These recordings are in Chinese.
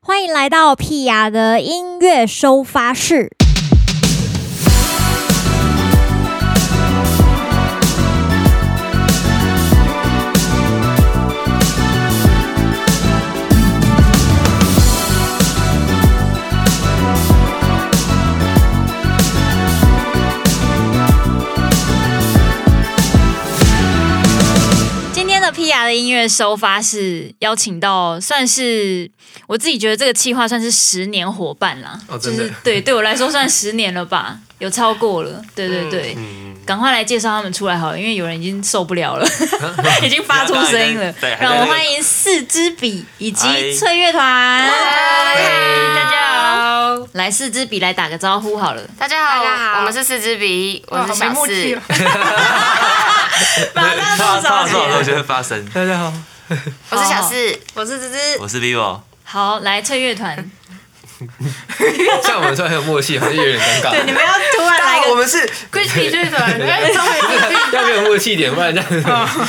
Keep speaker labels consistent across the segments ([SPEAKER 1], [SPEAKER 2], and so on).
[SPEAKER 1] 欢迎来到屁雅的音乐收发室。
[SPEAKER 2] 今天的 p 雅的音乐收发是邀请到，算是我自己觉得这个计划算是十年伙伴啦，
[SPEAKER 3] 哦
[SPEAKER 2] 就
[SPEAKER 3] 真的
[SPEAKER 2] 是对对我来说算十年了吧， 有超过了，对对对，赶快来介绍他们出来好了，因为有人已经受不了了， 已经发出声音了
[SPEAKER 4] 对还，在
[SPEAKER 2] 让我们欢迎四支笔以
[SPEAKER 4] 嗨
[SPEAKER 2] 及翠乐团，
[SPEAKER 3] 嗨
[SPEAKER 2] 大家好，来四支笔来打个招呼好了，
[SPEAKER 5] 大家好，
[SPEAKER 6] 大家好
[SPEAKER 5] 我们是四支笔，我
[SPEAKER 6] 哇
[SPEAKER 5] 是
[SPEAKER 6] 好没
[SPEAKER 5] 小
[SPEAKER 6] 默契
[SPEAKER 5] 四
[SPEAKER 6] 哦。
[SPEAKER 2] 马 上
[SPEAKER 4] 怕怕
[SPEAKER 2] 上
[SPEAKER 4] 这种东西会发生。
[SPEAKER 3] 大家好，
[SPEAKER 5] 我是小四，
[SPEAKER 6] 我是芝芝，
[SPEAKER 4] 我是 vivo，
[SPEAKER 2] 好，来翠乐团，
[SPEAKER 3] 像我们说很有默契，好像有点尴尬。
[SPEAKER 2] 你们要突然来个
[SPEAKER 6] 我们是 Crispy 乐团，
[SPEAKER 3] 要不要默契一点，不然这样子。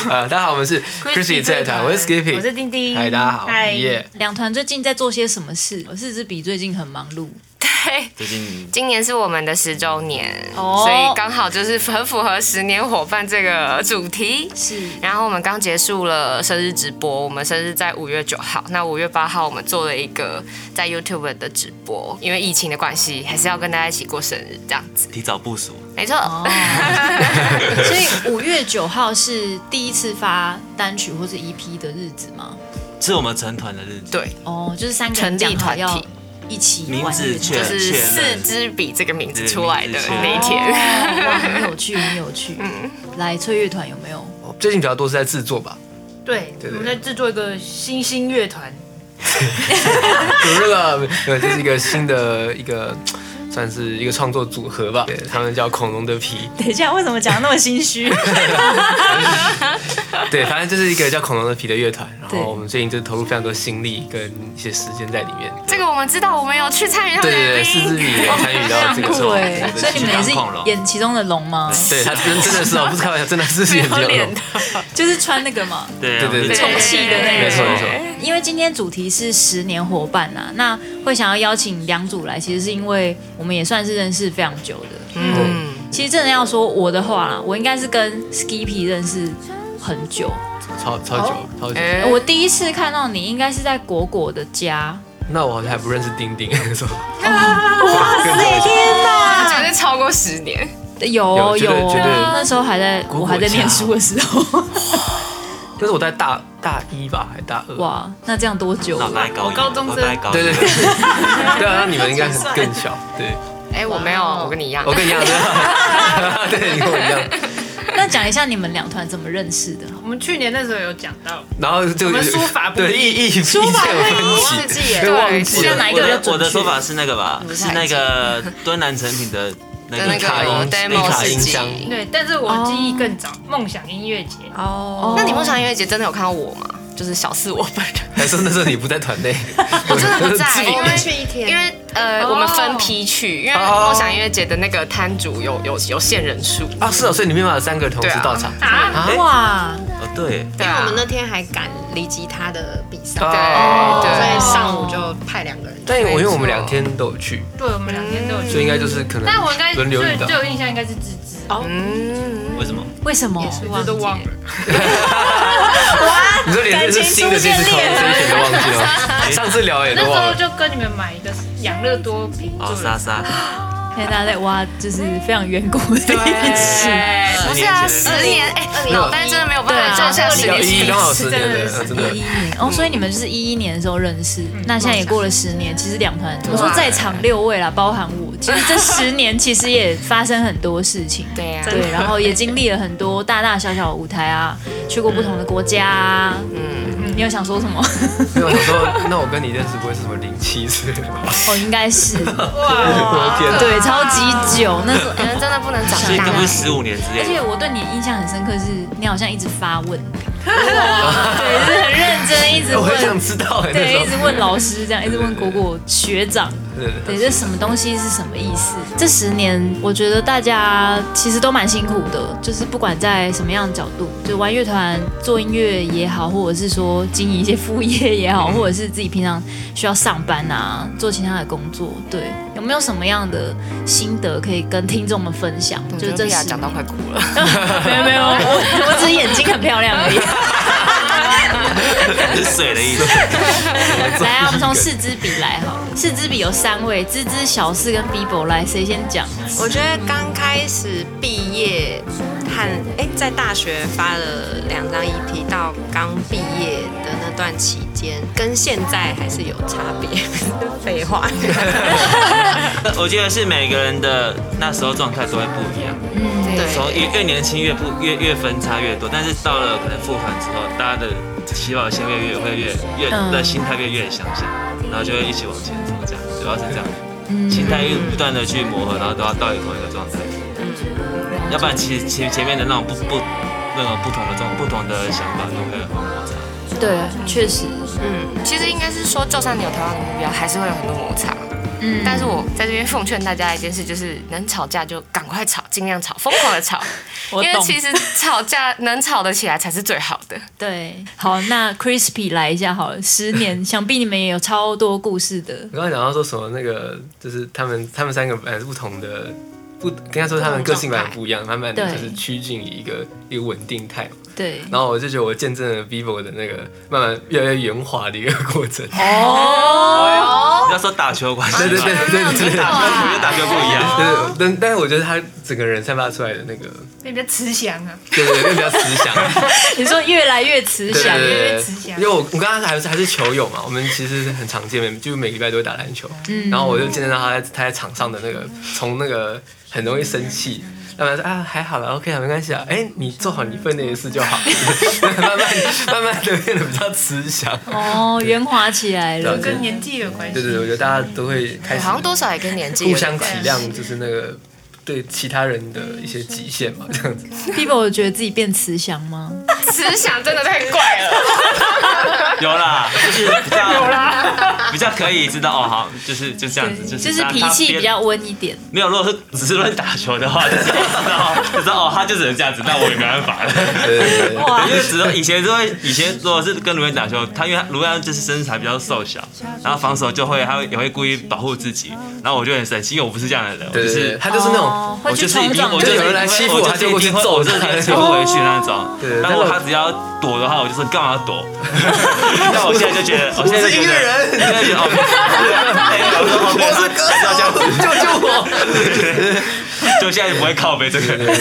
[SPEAKER 3] 啊，大家好，我们是 Chrissy 在台，我是
[SPEAKER 6] 我是
[SPEAKER 3] Skippy。
[SPEAKER 6] 丁丁。
[SPEAKER 3] 嗨，大家好，
[SPEAKER 6] 嗨
[SPEAKER 3] 耶！
[SPEAKER 2] 两团最近在做些什么事？四支笔最近很忙碌，
[SPEAKER 5] 对，
[SPEAKER 4] 最近
[SPEAKER 5] 今年是我们的十周年，
[SPEAKER 2] 哦
[SPEAKER 5] 所以刚好就是很符合十年伙伴这个主题。
[SPEAKER 2] 是
[SPEAKER 5] 然后我们刚结束了生日直播，我们生日在五月九号，那五月八号我们做了一个在 YouTube 的直播，因为疫情的关系，还是要跟大家一起过生日这样子。
[SPEAKER 4] 提早部署，
[SPEAKER 5] 没错，
[SPEAKER 2] 哦， 所以五月九号是第一次发单曲或是 EP 的日子吗？
[SPEAKER 4] 是我们成团的日子。
[SPEAKER 5] 对，
[SPEAKER 2] 哦，就是三个人讲好
[SPEAKER 5] 成立团
[SPEAKER 2] 要
[SPEAKER 5] 体
[SPEAKER 2] 一起
[SPEAKER 4] 名
[SPEAKER 2] 玩
[SPEAKER 4] 字
[SPEAKER 2] 乐
[SPEAKER 4] 确
[SPEAKER 2] 团
[SPEAKER 5] 就是
[SPEAKER 4] 确认
[SPEAKER 5] 四支笔这个名字
[SPEAKER 4] 对
[SPEAKER 5] 出来的
[SPEAKER 4] 名字确认
[SPEAKER 5] 那一天。
[SPEAKER 2] 哦哇，很有趣，很有趣。
[SPEAKER 6] 嗯
[SPEAKER 2] 来，翠乐团有没有？
[SPEAKER 3] 最近比较多是在制作吧，
[SPEAKER 6] 对，我
[SPEAKER 3] 对
[SPEAKER 6] 们在制作一个新兴乐团，
[SPEAKER 3] 有这个，对，这是一个新的一个，算是一个创作组合吧。对，他们叫恐龙的皮。
[SPEAKER 2] 等一下，为什么讲那么心虚？
[SPEAKER 3] 对，反正就是一个叫恐龙的皮的乐团。然
[SPEAKER 2] 对
[SPEAKER 3] 后我们最近就投入非常多心力跟一些时间在里面。
[SPEAKER 5] 这个我们知道，我们有去参与他们
[SPEAKER 3] 对对
[SPEAKER 5] 的
[SPEAKER 3] 对，四支
[SPEAKER 5] MV
[SPEAKER 3] 笔也参与到 这个作品。
[SPEAKER 2] 对，所以你们也是演其中的龙吗？
[SPEAKER 3] 对他真真的是哦，不是开玩笑，真的是演
[SPEAKER 5] 没有
[SPEAKER 3] 这
[SPEAKER 5] 脸
[SPEAKER 3] 种。
[SPEAKER 2] 就是穿那个嘛，
[SPEAKER 4] 对啊
[SPEAKER 3] 对对对
[SPEAKER 2] 充气的那个
[SPEAKER 3] 没错没错。
[SPEAKER 2] 因为今天主题是十年伙伴呐、那会想要邀请两组来，其实是因为我们也算是认识非常久的。
[SPEAKER 5] 嗯。
[SPEAKER 2] 其实真的要说我的话啦，我应该是跟 Skippy 认识很久。
[SPEAKER 3] 超超久超久。
[SPEAKER 5] 哎
[SPEAKER 2] 我第一次看到你，应该是在果果的家。
[SPEAKER 3] 那我好像还不认识丁 丁，说
[SPEAKER 5] 我觉得超过十年，
[SPEAKER 2] 有
[SPEAKER 3] 有绝对
[SPEAKER 2] 有啊
[SPEAKER 3] 绝对
[SPEAKER 2] 那时候还在
[SPEAKER 3] 果
[SPEAKER 2] 我还在
[SPEAKER 3] 家
[SPEAKER 2] 念书的时 候。
[SPEAKER 3] 那是我在大大一吧，还大二。
[SPEAKER 2] 哇，那这样多久
[SPEAKER 4] 那
[SPEAKER 2] 了？
[SPEAKER 4] 拜高一
[SPEAKER 6] 我高中
[SPEAKER 4] 我
[SPEAKER 6] 生
[SPEAKER 4] 拜高一
[SPEAKER 3] 对对 对，对啊，那你们应该很更小。对，
[SPEAKER 5] 哎、我没有，我跟你一样
[SPEAKER 3] 我，跟你一样，对，对，你跟我一样。
[SPEAKER 2] 那讲一下你们两团怎么认识的？
[SPEAKER 6] 我们去年那时候有讲到，
[SPEAKER 3] 然后就
[SPEAKER 6] 我们书法不一
[SPEAKER 3] 对意义书
[SPEAKER 6] 法不一
[SPEAKER 3] 分歧，
[SPEAKER 5] 耶
[SPEAKER 3] 对忘
[SPEAKER 5] 对
[SPEAKER 3] 记
[SPEAKER 2] 是
[SPEAKER 3] 了
[SPEAKER 2] 哪一
[SPEAKER 4] 我
[SPEAKER 2] 个
[SPEAKER 4] 的
[SPEAKER 2] 人准
[SPEAKER 4] 我的
[SPEAKER 2] 确
[SPEAKER 4] 说法是那个吧，是那个敦南成品的那
[SPEAKER 5] 的那
[SPEAKER 4] 个
[SPEAKER 5] 个
[SPEAKER 3] 卡音
[SPEAKER 5] 我 demo
[SPEAKER 3] 卡音
[SPEAKER 5] 时期
[SPEAKER 3] 箱
[SPEAKER 6] 对，但是我记忆更早，梦想音乐节，
[SPEAKER 2] 哦
[SPEAKER 5] 那你梦想音乐节真的有看到我吗？就是小四我本 人，
[SPEAKER 3] 还说那时候你不在团内，
[SPEAKER 5] 我真的不 在，欸因为
[SPEAKER 6] 一天
[SPEAKER 5] 因为呃，我们分批去，因为梦想音乐节的那个摊主有有有限人数，
[SPEAKER 3] 啊，是哦，所以你们有三个同时到场
[SPEAKER 6] 啊，
[SPEAKER 3] 啊
[SPEAKER 2] 哇，
[SPEAKER 4] 哦对，
[SPEAKER 5] 对啊，
[SPEAKER 6] 天还赶离吉他的比赛
[SPEAKER 3] 对
[SPEAKER 5] 对
[SPEAKER 2] 哦
[SPEAKER 5] 对，
[SPEAKER 2] 上午就
[SPEAKER 6] 派两个人，
[SPEAKER 3] 啊但我因为我们两天都有去，
[SPEAKER 6] 对，我们两天都有
[SPEAKER 3] 所以
[SPEAKER 6] 去，
[SPEAKER 3] 应该就是可能
[SPEAKER 6] 但我应该
[SPEAKER 3] 嗯轮流遇
[SPEAKER 6] 最
[SPEAKER 3] 到
[SPEAKER 6] 最。有印象应该是芝芝，
[SPEAKER 5] 嗯，
[SPEAKER 4] 为什么？
[SPEAKER 2] 为什么？
[SPEAKER 6] 我都忘了，
[SPEAKER 3] 你说连这是新的这次考这一全都忘记了，上次聊也
[SPEAKER 6] 那
[SPEAKER 3] 都
[SPEAKER 6] 时
[SPEAKER 3] 忘
[SPEAKER 6] 候
[SPEAKER 3] 了。
[SPEAKER 6] 就跟你们买一个养乐多瓶
[SPEAKER 4] 哦
[SPEAKER 6] 做
[SPEAKER 4] 莎
[SPEAKER 6] 的，
[SPEAKER 4] 莎，
[SPEAKER 2] 现在大家在挖，就是非常远古的 历史。
[SPEAKER 5] 对，不是啊，
[SPEAKER 4] 十
[SPEAKER 5] 十年，啊哎，脑袋真的没有办法装下十
[SPEAKER 3] 聊
[SPEAKER 5] 年
[SPEAKER 3] 一
[SPEAKER 5] 前
[SPEAKER 3] 刚好十年的，啊真的嗯
[SPEAKER 2] 一一年哦，所以你们就是一一年的时候认识，那现在也过了十年。其实两团，
[SPEAKER 3] 啊
[SPEAKER 2] 我说在场六位啦，包含我，其实这十年其实也发生很多事情。
[SPEAKER 5] 对
[SPEAKER 3] 啊
[SPEAKER 5] 呀，
[SPEAKER 2] 对，然后也经历了很多大大小小的舞台啊，去过不同的国家啊。嗯，你有想说什么？
[SPEAKER 3] 没有我说，那我跟你认识不会是什么零七之类的吧？
[SPEAKER 2] 哦，应该 是
[SPEAKER 3] 我的天哪！
[SPEAKER 2] 对，超级久那时候。
[SPEAKER 5] 你们真的不能长
[SPEAKER 4] 所以
[SPEAKER 5] 大
[SPEAKER 4] 根，本十五年之
[SPEAKER 2] 而
[SPEAKER 4] 类
[SPEAKER 2] 且
[SPEAKER 4] 的。
[SPEAKER 2] 我对你印象很深刻是，你好像一直发问，对，就是很认真，一直
[SPEAKER 3] 我很想
[SPEAKER 2] 问，
[SPEAKER 3] 知道哎，那时
[SPEAKER 2] 对，
[SPEAKER 3] 候
[SPEAKER 2] 一直问老师，这样一直问果果学长，
[SPEAKER 3] 对对
[SPEAKER 2] 对，这什么东西是什么意思？这十年，我觉得大家其实都蛮辛苦的，就是不管在什么样的角度，就玩乐团、做音乐也好，或者是说经营一些副业也好，或者是自己平常需要上班啊，做其他的工作，对，有没有什么样的心得可以跟听众们分享？就
[SPEAKER 5] 就是这
[SPEAKER 2] 这
[SPEAKER 5] 呀，
[SPEAKER 2] 十
[SPEAKER 5] 讲到快
[SPEAKER 2] 年，
[SPEAKER 5] 哭了。
[SPEAKER 2] 没有没有， 我我只是眼睛很漂亮而已。
[SPEAKER 4] 是水的意思。
[SPEAKER 2] 来啊，我们从四支笔来好了，四支笔有三位，芝芝、小四跟 Bibo 来，谁先讲？
[SPEAKER 7] 我觉得刚开始毕业和哎、在大学发了两张 EP，到
[SPEAKER 5] 哦
[SPEAKER 7] 刚毕业的那段期间，跟现在还是有差别。 废话，
[SPEAKER 4] 我觉得是每个人的那时候状态都会不一样，从
[SPEAKER 7] 对，
[SPEAKER 4] 越越年轻越不越越分差越多，但是到了可能复盘之后，大家的起跑线会越会越越
[SPEAKER 2] 嗯
[SPEAKER 4] 的心态会越相像，然后就会一起往前走，这样主要是这样，心态又不断的去磨合，然后都要到同一个状态，要不然其实其前面的那种不不那种不同的这种不同的想法都会有很摩擦。
[SPEAKER 2] 对，确实，
[SPEAKER 5] 嗯，其实应该是说，就算你有同样的目标，还是会有很多摩擦。
[SPEAKER 2] 嗯
[SPEAKER 5] 但是我在这边奉劝大家一件事，就是能吵架就赶快吵，尽量吵，疯狂的 吵，因
[SPEAKER 2] 我
[SPEAKER 5] 为
[SPEAKER 2] 懂
[SPEAKER 5] 其实吵架能吵得起来才是最好的。
[SPEAKER 2] 对，好，那 crispy 来一下好了。十年，想必你们也有超多故事的。
[SPEAKER 3] 我刚刚讲到说什么那个，就是他们他们三个本来是不同的，不跟他说他们个性本来不一样，慢慢的
[SPEAKER 2] 对
[SPEAKER 3] 就是趋近于一个一个稳定态。
[SPEAKER 2] 对，
[SPEAKER 3] 然后我就觉得我见证了 vivo 的那个慢慢越来越圆滑的一个过程。
[SPEAKER 2] 哦，
[SPEAKER 4] 不要说打球关系吧，
[SPEAKER 3] 对对对对对对对，
[SPEAKER 4] 我觉得打球不一样，
[SPEAKER 3] 对但但是我觉得他整个人散发出来的那个，
[SPEAKER 6] 那比较慈祥啊，
[SPEAKER 3] 对对对，比较慈祥。
[SPEAKER 2] 你说越来越慈
[SPEAKER 3] 对
[SPEAKER 2] 祥，
[SPEAKER 3] 对
[SPEAKER 6] 越
[SPEAKER 3] 对
[SPEAKER 6] 慈祥
[SPEAKER 3] 因为我我刚刚还是还是球友嘛，我们其实很常见面，就每个礼拜都会打篮球。然后我就见证到他在他在场上的那个，从那个很容易生气，然后他说啊还好了，OK 啊，没关系啊，哎你做好你分内的事就好，慢慢慢慢的变得比较慈祥。
[SPEAKER 2] 哦，圆滑起来了
[SPEAKER 3] 对。
[SPEAKER 6] 跟年纪有关
[SPEAKER 3] 对对
[SPEAKER 6] 系。
[SPEAKER 3] 对，我觉得大家都会开
[SPEAKER 5] 对，
[SPEAKER 3] 始
[SPEAKER 5] 好像多少也跟年纪
[SPEAKER 3] 互
[SPEAKER 5] 有点
[SPEAKER 3] 相体谅，就是那个对其他人的一些极限嘛，这样子。
[SPEAKER 2] Bibo 有觉得自己变慈祥吗？
[SPEAKER 5] 思想真的太怪 了。
[SPEAKER 4] 有啦，就是比较 有啦，比较可以知道哦，好，就是就这样子，就
[SPEAKER 2] 嗯
[SPEAKER 4] 是
[SPEAKER 2] 就是
[SPEAKER 4] 大
[SPEAKER 2] 脾
[SPEAKER 4] 家
[SPEAKER 2] 气
[SPEAKER 4] 别
[SPEAKER 2] 比较温一点。
[SPEAKER 4] 没有，如果是只是论打球的话，就是然后就知道哦，他就只能这样子，那我也没办法了。
[SPEAKER 3] 对对对对
[SPEAKER 2] 哇
[SPEAKER 4] 因为只能以前都会，以前如果是跟卢彦打球，他因为他卢彦就是身材比较瘦小，然后防守就会他会也会故意保护自己，然后我就很生气，因为我不是这样的人，我
[SPEAKER 3] 对
[SPEAKER 4] 就
[SPEAKER 3] 对对
[SPEAKER 4] 是
[SPEAKER 3] 对，。他就是那
[SPEAKER 2] 哦
[SPEAKER 3] 种
[SPEAKER 2] 会
[SPEAKER 4] 我
[SPEAKER 2] 去
[SPEAKER 4] 就是一
[SPEAKER 2] 冲
[SPEAKER 4] 定，
[SPEAKER 2] 撞
[SPEAKER 4] 我
[SPEAKER 2] 人
[SPEAKER 4] 就是
[SPEAKER 3] 就有人来欺负我
[SPEAKER 4] 我
[SPEAKER 3] 他就过去揍
[SPEAKER 4] 我就是一定会欺负回去那种。
[SPEAKER 3] 对
[SPEAKER 4] 然
[SPEAKER 3] 但是
[SPEAKER 4] 后
[SPEAKER 3] 我
[SPEAKER 4] 他只要躲的话，我就说你干嘛要 躲？那我现在就觉得，我现在就觉得，
[SPEAKER 3] 我是音乐人
[SPEAKER 4] 我现在就觉得哦，哎我说哦对
[SPEAKER 3] 我是歌手，救救我！
[SPEAKER 4] 就现在不会靠背这个。
[SPEAKER 3] 对对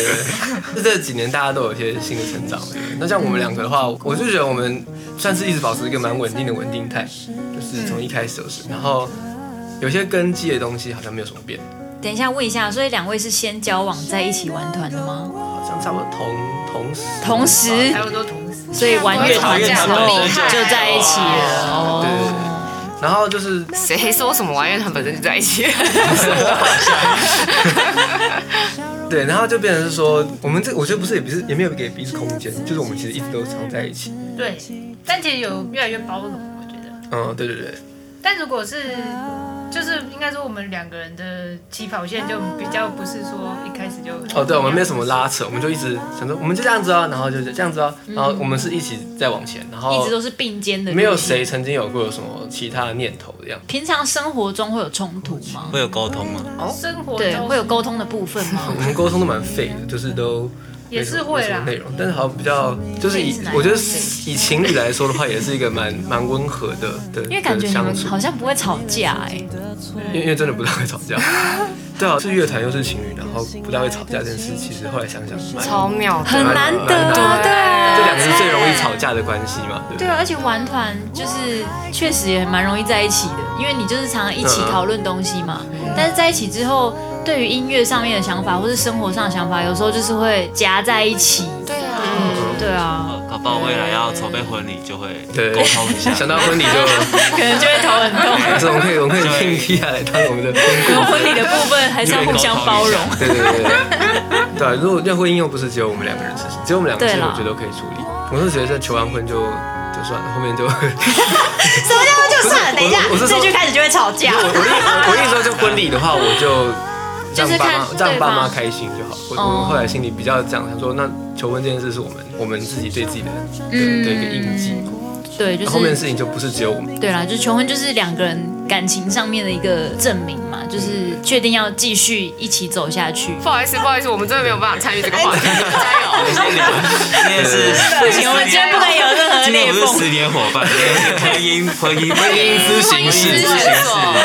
[SPEAKER 3] 对，这几年大家都有一些新的成长。那像我们两个的话，我就觉得我们算是一直保持一个蛮稳定的稳定态，就是从一开始就是，然后有些根基的东西好像没有什么变，
[SPEAKER 2] 等一下问一下，所以两位是先交往在一起玩团的吗？
[SPEAKER 3] 好像差不多同同时
[SPEAKER 2] 同时
[SPEAKER 6] 还有多同事，
[SPEAKER 2] 所以玩乐团的时候
[SPEAKER 5] 好厉害哦
[SPEAKER 2] 就在一起了。
[SPEAKER 3] 对对
[SPEAKER 2] 哦，
[SPEAKER 3] 对，然后就是
[SPEAKER 5] 谁说什么玩意儿？他本身就在一起。
[SPEAKER 3] 对，然后就变成是说，我们这我觉得不是也不是也没有给彼此空间，就是我们其实一直都常在一起。
[SPEAKER 6] 对，但其实有越来越包容，我觉得。
[SPEAKER 3] 嗯，对对对，
[SPEAKER 6] 但如果是，就是应该说我们两个人的起跑线就比较不是说一开始就
[SPEAKER 3] 哦，对，我们没有什么拉扯，我们就一直想着我们就这样子啊，然后就是这样子啊，然后我们是一起在往前，然后
[SPEAKER 2] 一直都是并肩的，
[SPEAKER 3] 没有。谁曾经有过有什么其他的念头这样。
[SPEAKER 2] 平常生活中会有冲突吗？
[SPEAKER 4] 会有沟通吗？
[SPEAKER 6] 生活
[SPEAKER 2] 对，
[SPEAKER 6] 中
[SPEAKER 2] 会有沟通的部分吗？
[SPEAKER 3] 我们沟通都蛮废的，就是都
[SPEAKER 6] 也是会啦
[SPEAKER 3] 没什么内容，但是好像比较就是以
[SPEAKER 2] 是哪一种
[SPEAKER 3] 我觉得以情侣来说的话，也是一个蛮蛮温和的的
[SPEAKER 2] 因为感觉
[SPEAKER 3] 的
[SPEAKER 2] 你
[SPEAKER 3] 相
[SPEAKER 2] 们
[SPEAKER 3] 处
[SPEAKER 2] 好，像不会吵架哎、
[SPEAKER 3] 因为因为真的不太会吵 架。对啊，是乐团又是情侣，然后不太会吵架这件事，其实后来想想蛮
[SPEAKER 5] 超妙的，
[SPEAKER 2] 很难得
[SPEAKER 3] 蛮
[SPEAKER 2] 啊，对啊，
[SPEAKER 3] 这两个是最容易吵架的关系嘛，对不
[SPEAKER 2] 对
[SPEAKER 3] 对？
[SPEAKER 2] 啊，而且玩团就是确实也蛮容易在一起的，因为你就是常常一起
[SPEAKER 3] 嗯
[SPEAKER 2] 讨论东西嘛。但是在一起之后，对于音乐上面的想法或是生活上的想法，有时候就是会夹在一起。
[SPEAKER 5] 对啊，
[SPEAKER 2] 对啊，
[SPEAKER 4] 哦搞不好未来要筹备婚礼就会
[SPEAKER 3] 对
[SPEAKER 4] 沟通一下。
[SPEAKER 3] 想到婚礼就 哎
[SPEAKER 2] 可能就会头很痛。
[SPEAKER 3] 这我们可以我们可以聘 Kia 来当我们的 编
[SPEAKER 2] 我
[SPEAKER 3] 顾
[SPEAKER 2] 们婚礼的部 分还是要互相包容。
[SPEAKER 3] 对对对对，对啊，如果要婚姻又不是只有我们两个人事情，只有我们两个
[SPEAKER 2] 对
[SPEAKER 3] 事情，
[SPEAKER 2] 啦
[SPEAKER 3] 我觉得都可以处理。我是觉得这求完婚就就算了，后面就
[SPEAKER 1] 什么叫就算了？等一下
[SPEAKER 3] 我是，说
[SPEAKER 1] 这句开始就会吵架
[SPEAKER 3] 我。我跟你我跟你说，就婚礼的话，我就
[SPEAKER 2] 就
[SPEAKER 3] 让
[SPEAKER 2] 是
[SPEAKER 3] 爸
[SPEAKER 2] 看
[SPEAKER 3] 妈让爸
[SPEAKER 2] 对
[SPEAKER 3] 妈
[SPEAKER 2] 方
[SPEAKER 3] 开心就好。我
[SPEAKER 2] 哦
[SPEAKER 3] 我后来心里比较这样想说，那求婚这件事是我们我们自己对自己的的
[SPEAKER 2] 嗯
[SPEAKER 3] 的一个印记，
[SPEAKER 2] 对，就
[SPEAKER 3] 啊后面的
[SPEAKER 2] 是
[SPEAKER 3] 事情就不是只有我们。
[SPEAKER 2] 对啦，就是求婚就是两个人感情上面的一个证明嘛，就是确定要继续一起走下去。
[SPEAKER 5] 不好意思，不好意思，我们真的没有办法参与这个话题， 加油！
[SPEAKER 4] 你也是，
[SPEAKER 2] 不行，我们今天不可以有任何
[SPEAKER 4] 今
[SPEAKER 2] 裂
[SPEAKER 4] 天不是
[SPEAKER 2] 缝。
[SPEAKER 4] 十年伙伴，婚姻婚姻婚姻咨询室
[SPEAKER 5] 婚姻咨询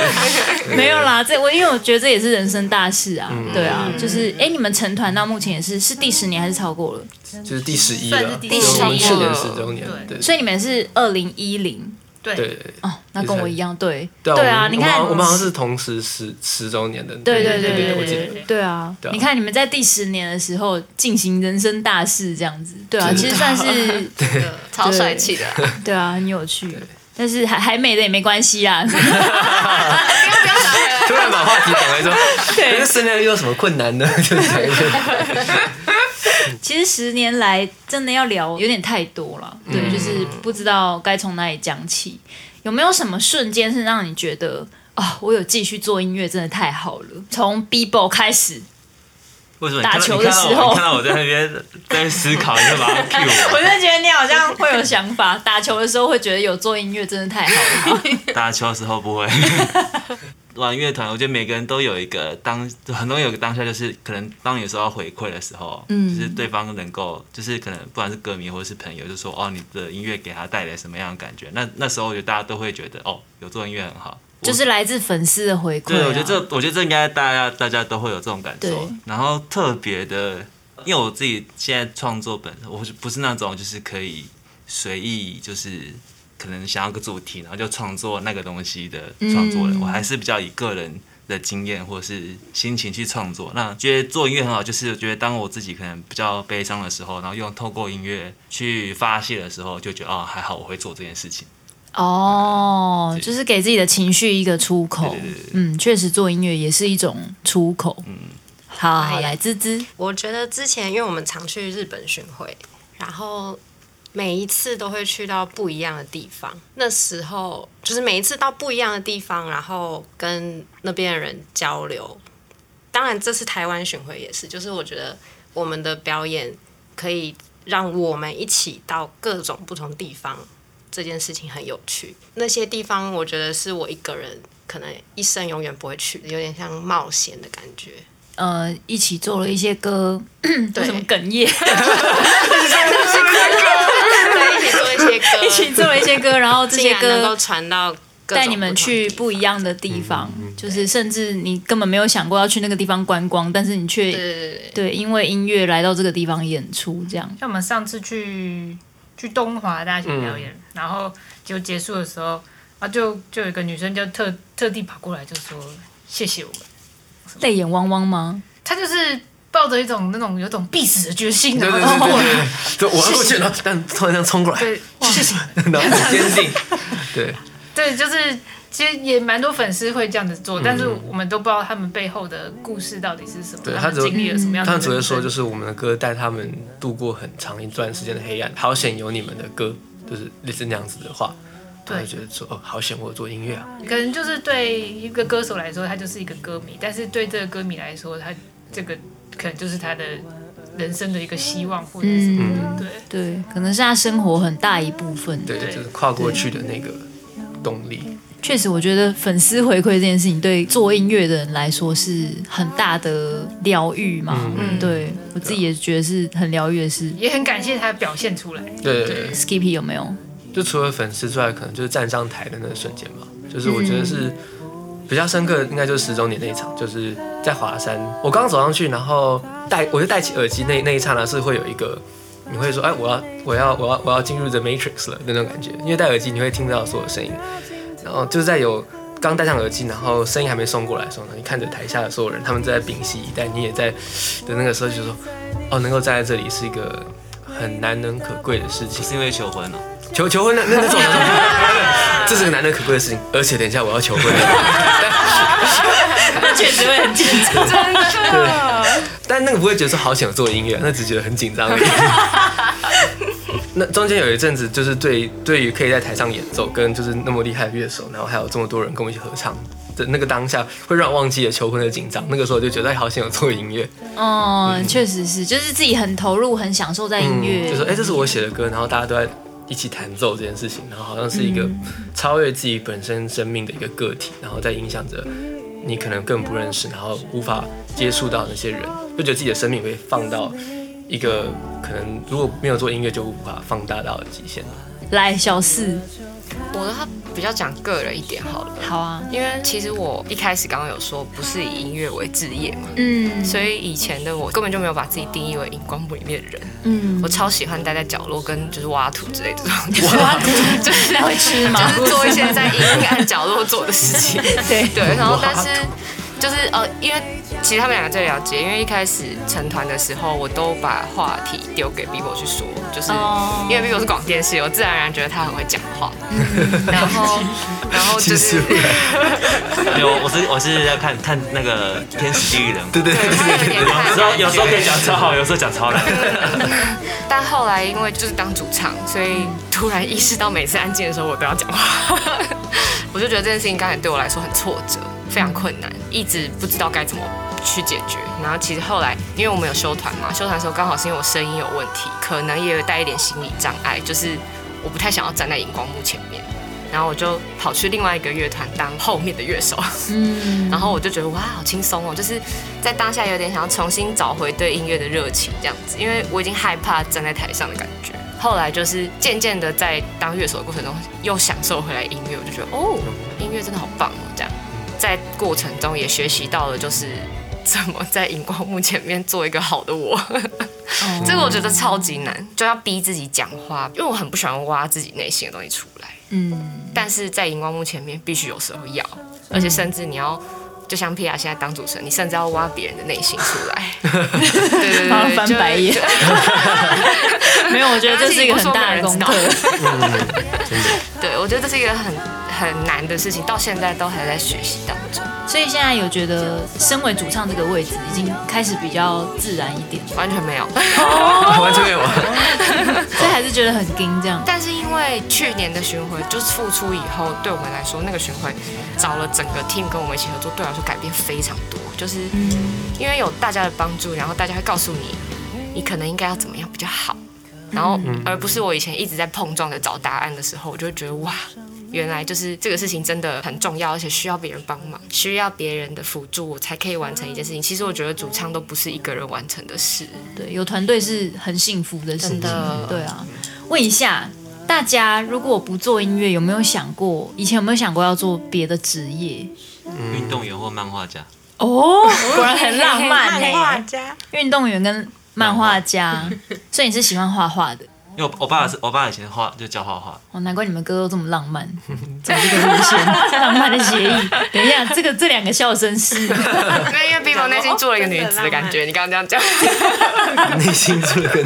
[SPEAKER 2] 没有啦，这我因为我觉得这也是人生大事啊，
[SPEAKER 3] 嗯
[SPEAKER 2] 对啊，
[SPEAKER 4] 嗯
[SPEAKER 2] 就是哎，你们成团到目前也是是第十年还是超过了？
[SPEAKER 3] 就是第十一
[SPEAKER 6] 算
[SPEAKER 3] 了
[SPEAKER 6] 是，第
[SPEAKER 3] 就是
[SPEAKER 6] 11
[SPEAKER 3] 我们去年
[SPEAKER 5] 了
[SPEAKER 3] 十周年，对
[SPEAKER 2] 所以你们是二零一零
[SPEAKER 6] 对
[SPEAKER 3] 对对
[SPEAKER 2] 哦，那跟我一样，对
[SPEAKER 3] 对
[SPEAKER 2] 对
[SPEAKER 3] 我
[SPEAKER 2] 啊，
[SPEAKER 3] 们
[SPEAKER 2] 你
[SPEAKER 3] 我们
[SPEAKER 2] 看
[SPEAKER 3] 好像我们好像是同时十十周年的，
[SPEAKER 2] 对对对
[SPEAKER 3] 对
[SPEAKER 2] 对
[SPEAKER 3] 我记
[SPEAKER 2] 对
[SPEAKER 3] 得
[SPEAKER 2] 对对啊
[SPEAKER 3] 对！啊
[SPEAKER 2] 你看你们在第十年的时候进行人生大事这样子，对啊，其实算 是
[SPEAKER 5] 超帅气的啊，
[SPEAKER 2] 对啊，很有趣。但是还还美的也没关系啦，
[SPEAKER 3] 突然把话题讲 来说，可是十年有什么困难呢？ 就讲一些
[SPEAKER 2] 其实十年来真的要聊有点太多了，对，就是不知道该从哪里讲起。有没有什么瞬间是让你觉得啊、我有继续做音乐真的太好了？从 B-Boy 开始，
[SPEAKER 4] 为什么你
[SPEAKER 2] 打
[SPEAKER 4] 看到
[SPEAKER 2] 球
[SPEAKER 4] 你
[SPEAKER 2] 的
[SPEAKER 4] 看
[SPEAKER 2] 时
[SPEAKER 4] 到
[SPEAKER 2] 候
[SPEAKER 4] 我你看到我在那边在思考，你就 把它 Q
[SPEAKER 2] 我
[SPEAKER 4] 我。
[SPEAKER 2] 真的觉得你好像会有想法。打球的时候会觉得有做音乐真的太好了。
[SPEAKER 4] 打球的时候不会。 玩乐团，我觉得每个人都有一个当，很多人有个当下，就是可能当你有时候要回馈的时候，
[SPEAKER 2] 嗯
[SPEAKER 4] 就是对方能够，就是可能不管是歌迷或者是朋友，就说哦，你的音乐给他带来什么样的感觉？那那时候我觉得大家都会觉得哦，有做音乐很好，我
[SPEAKER 2] 就是来自粉丝的回馈、啊。
[SPEAKER 4] 对，我觉得这，我觉得这应该大家大家都会有这种感
[SPEAKER 2] 对
[SPEAKER 4] 受。然后特别的，因为我自己现在创作本身，我是不是那种就是可以随意，就是可能想要个主题，然后就创作那个东西的创作人。
[SPEAKER 2] 嗯
[SPEAKER 4] 我还是比较以个人的经验或是心情去创作。那觉得做音乐很好，就是我觉得当我自己可能比较悲伤的时候，然后用透过音乐去发泄的时候，就觉得哦，还好我会做这件事情。
[SPEAKER 2] 哦，就是给自己的情绪一个出口。嗯，确实做音乐也是一种出口。嗯，好好
[SPEAKER 7] 哎呀
[SPEAKER 2] 来，滋滋，
[SPEAKER 7] 我觉得之前因为我们常去日本巡回，然后每一次都会去到不一样的地方。那时候就是每一次到不一样的地方，然后跟那边的人交流。当然，这次台湾巡回也是，就是我觉得我们的表演可以让我们一起到各种不同地方，这件事情很有趣。那些地方我觉得是我一个人可能一生永远不会去的，有点像冒险的感觉。
[SPEAKER 2] 呃，一起做了一些歌，
[SPEAKER 7] 对
[SPEAKER 2] 为什么哽咽？
[SPEAKER 7] 对，一
[SPEAKER 2] 一
[SPEAKER 7] 起做一些歌，
[SPEAKER 2] 起做了一些歌，然后这
[SPEAKER 7] 竟
[SPEAKER 2] 些
[SPEAKER 7] 然能够
[SPEAKER 2] 歌
[SPEAKER 7] 传到各种
[SPEAKER 2] 带你们去
[SPEAKER 7] 不
[SPEAKER 2] 不一样的
[SPEAKER 4] 嗯
[SPEAKER 2] 地方，就是甚至你根本没有想过要去那个地方观光，但是你却
[SPEAKER 7] 同的地方对对对
[SPEAKER 2] 对因为音乐来到这个地方演出，这样。
[SPEAKER 6] 像我们上次去去东华大学表演，
[SPEAKER 3] 嗯
[SPEAKER 6] 然后就结束的时候，啊，就就有一个女生就特特地跑过来就说谢谢我们，
[SPEAKER 2] 泪眼汪汪吗？
[SPEAKER 6] 她就是抱着一种那种有种必死的决心，
[SPEAKER 3] 对
[SPEAKER 6] 然
[SPEAKER 3] 对对
[SPEAKER 6] 后就过
[SPEAKER 3] 对
[SPEAKER 6] 来，
[SPEAKER 3] 对，就我要过去，然后但突然这样冲过来，
[SPEAKER 6] 对， 谢谢你们。
[SPEAKER 3] 然后很 坚定， 对，
[SPEAKER 6] 对，就是其实也蛮多粉丝会这样子做，但是我们都不知道他们背后的故事到底是什么，
[SPEAKER 3] 嗯对
[SPEAKER 6] 他
[SPEAKER 3] 他只
[SPEAKER 6] 们
[SPEAKER 3] 会
[SPEAKER 6] 经历了什么样的
[SPEAKER 3] 他
[SPEAKER 6] 人
[SPEAKER 3] 们只
[SPEAKER 6] 生。
[SPEAKER 3] 会说就是我们的歌带他们度过很长一段时间的黑暗，好险有你们的歌，就是类似那样子的话，他会觉得说哦，好险我有做音乐啊，
[SPEAKER 6] 可能就是对一个歌手来说，他就是一个歌迷，但是对这个歌迷来说，他这个可能就是他的人生的一个希望或者是什么的。对，
[SPEAKER 2] 对，可能是他生活很大一部分。
[SPEAKER 3] 对，就是跨过去的那个动力，
[SPEAKER 2] 确实，我觉得粉丝回馈这件事情对做音乐的人来说是很大的疗愈嘛。
[SPEAKER 5] 嗯
[SPEAKER 2] 对我自己也觉得是很疗愈的事。
[SPEAKER 6] 也很感谢他表现出来。
[SPEAKER 3] 对对对。
[SPEAKER 2] Skippy 有没有？
[SPEAKER 3] 就除了粉丝之外，可能就是站上台的那个瞬间吧。就是我觉得是比较深刻，的，应该就是十周年那一场，就是在华山，我刚走上去，然后戴我就戴起耳机那那一刹那是会有一个。你会说，哎，我要，我要，我要，我要进入 The Matrix 了的那种感觉，因为戴耳机你会听不到所有声音，然后就是在有刚戴上耳机，然后声音还没送过来的时候呢，你看着台下的所有人，他们都在屏息以待，你也在的那个时候就说，哦，能够站在这里是一个很难能可贵的事
[SPEAKER 4] 不。
[SPEAKER 3] 情
[SPEAKER 4] 是因为求婚了、
[SPEAKER 3] 求求求婚那那那 种，那种那个这是个难能可贵的事情，而且等一下我要求婚了。
[SPEAKER 2] 那确实会很紧张。
[SPEAKER 3] 但那个不会觉得说好想做音乐，那只觉得很紧张而已。 那中间有一阵子，就是对对于可以在台上演奏，跟就是那么厉害的乐手，然后还有这么多人跟我一起合唱的那个当下，会让我忘记了求婚的紧张。那个时候就觉得哎好想有做音乐，
[SPEAKER 2] 哦，
[SPEAKER 5] 嗯
[SPEAKER 2] 确实是，就是自己很投入，很享受在音乐。
[SPEAKER 3] 就说哎、这是我写的歌，然后大家都在一起弹奏这件事情，然后好像是一个
[SPEAKER 2] 嗯
[SPEAKER 3] 超越自己本身生命的一个个体，然后在影响着你可能更不认识，然后无法接触到那些人，就觉得自己的生命被放到一个可能如果没有做音乐就无法放大到的 极限。
[SPEAKER 2] 来，小四，
[SPEAKER 5] 我的话比较讲个人一点好了，
[SPEAKER 2] 好啊，
[SPEAKER 5] 因为其实我一开始刚刚有说不是以音乐为置业嘛，
[SPEAKER 2] 嗯
[SPEAKER 5] 所以以前的我根本就没有把自己定义为荧光幕里面的人。
[SPEAKER 2] 嗯
[SPEAKER 5] 我，超喜欢待在角落跟就是挖土之类的东西，挖土 就是
[SPEAKER 2] 那会吃吗？
[SPEAKER 5] 就是做一些在阴暗角落做的事情。
[SPEAKER 2] 对
[SPEAKER 5] 对，然后但是就是呃，因为其实他们两个最了解，因为一开始成团的时候，我都把话题丢给 Bibo 去说，就是、
[SPEAKER 2] 哦
[SPEAKER 5] 因为 Bibo 是广电系，我自然而然觉得他很会讲话。
[SPEAKER 2] 嗯
[SPEAKER 5] 然后然后就
[SPEAKER 3] 技
[SPEAKER 5] 是
[SPEAKER 3] 术
[SPEAKER 4] 没有，我是我是在看看那个《天使地狱人》，
[SPEAKER 3] 对对对
[SPEAKER 5] 对他有点太
[SPEAKER 4] 有时候有时候可以讲超好，有时候讲超烂。
[SPEAKER 5] 但后来因为就是当主唱，所以突然意识到每次安静的时候我都要讲话，我就觉得这件事情刚才对我来说很挫折，非常困难，一直不知道该怎么去解决。然后其实后来，因为我们有修团嘛，修团的时候刚好是因为我声音有问题，可能也有带一点心理障碍，就是我不太想要站在荧光幕前面。然后我就跑去另外一个乐团当后面的乐手，
[SPEAKER 2] 嗯，
[SPEAKER 5] 然后我就觉得哇，好轻松哦，就是在当下有点想要重新找回对音乐的热情这样子，因为我已经害怕站在台上的感觉。后来就是渐渐的在当乐手的过程中，又享受回来音乐，我就觉得哦，音乐真的好棒哦，这样。在过程中也学习到了，就是怎么在荧光幕前面做一个好的我。
[SPEAKER 2] 哦
[SPEAKER 5] 这个我觉得超级难，就要逼自己讲话，因为我很不喜欢挖自己内心的东西出来。
[SPEAKER 2] 嗯，
[SPEAKER 5] 但是在荧光幕前面必须有时候要，而且甚至你要。就像皮亚现在当主持人，你甚至要挖别人的内心出来。对对对
[SPEAKER 2] 好
[SPEAKER 5] 对，
[SPEAKER 2] 翻
[SPEAKER 5] 就
[SPEAKER 2] 白眼。 没有，我觉得这是一个很大的功课
[SPEAKER 5] 而且你不说没有。人知对，我觉得这是一个很很难的事情，到现在都还在学习当中，
[SPEAKER 2] 所以现在有觉得，身为主唱这个位置，已经开始比较自然一点，
[SPEAKER 5] 完全没有。
[SPEAKER 3] 完全没有。
[SPEAKER 2] 所以还是觉得很硬这样。
[SPEAKER 5] 但是因为去年的巡回就是复出以后，对我们来说那个巡回找了整个 team 跟我们一起合作，对我来说改变非常多，就是因为有大家的帮助，然后大家会告诉你，你可能应该要怎么样比较好，然后而不是我以前一直在碰撞着找答案的时候，我就会觉得哇。原来就是这个事情真的很重要，而且需要别人帮忙，需要别人的辅助，我才可以完成一件事情。其实我觉得主唱都不是一个人完成的事，
[SPEAKER 2] 对，有团队是很幸福的事情
[SPEAKER 5] 真的。
[SPEAKER 2] 对啊，问一下大家，如果不做音乐，有没有想过以前有没有想过要做别的职业？
[SPEAKER 4] 运动员或漫画家，
[SPEAKER 2] 哦，果然很浪漫
[SPEAKER 7] 漫画
[SPEAKER 2] 欸
[SPEAKER 7] 家，
[SPEAKER 2] 运动员跟漫画家，所以你是喜欢画画的。
[SPEAKER 4] 因为我我爸是我爸以前画就教画画，
[SPEAKER 2] 哦，难怪你们歌都这么浪漫，走这个路线，浪漫的协议。等一下，这个这两个笑声是
[SPEAKER 5] 因为因为 Bibo 内心做了一个女子的感觉，你刚刚这样讲，
[SPEAKER 3] 内心这个女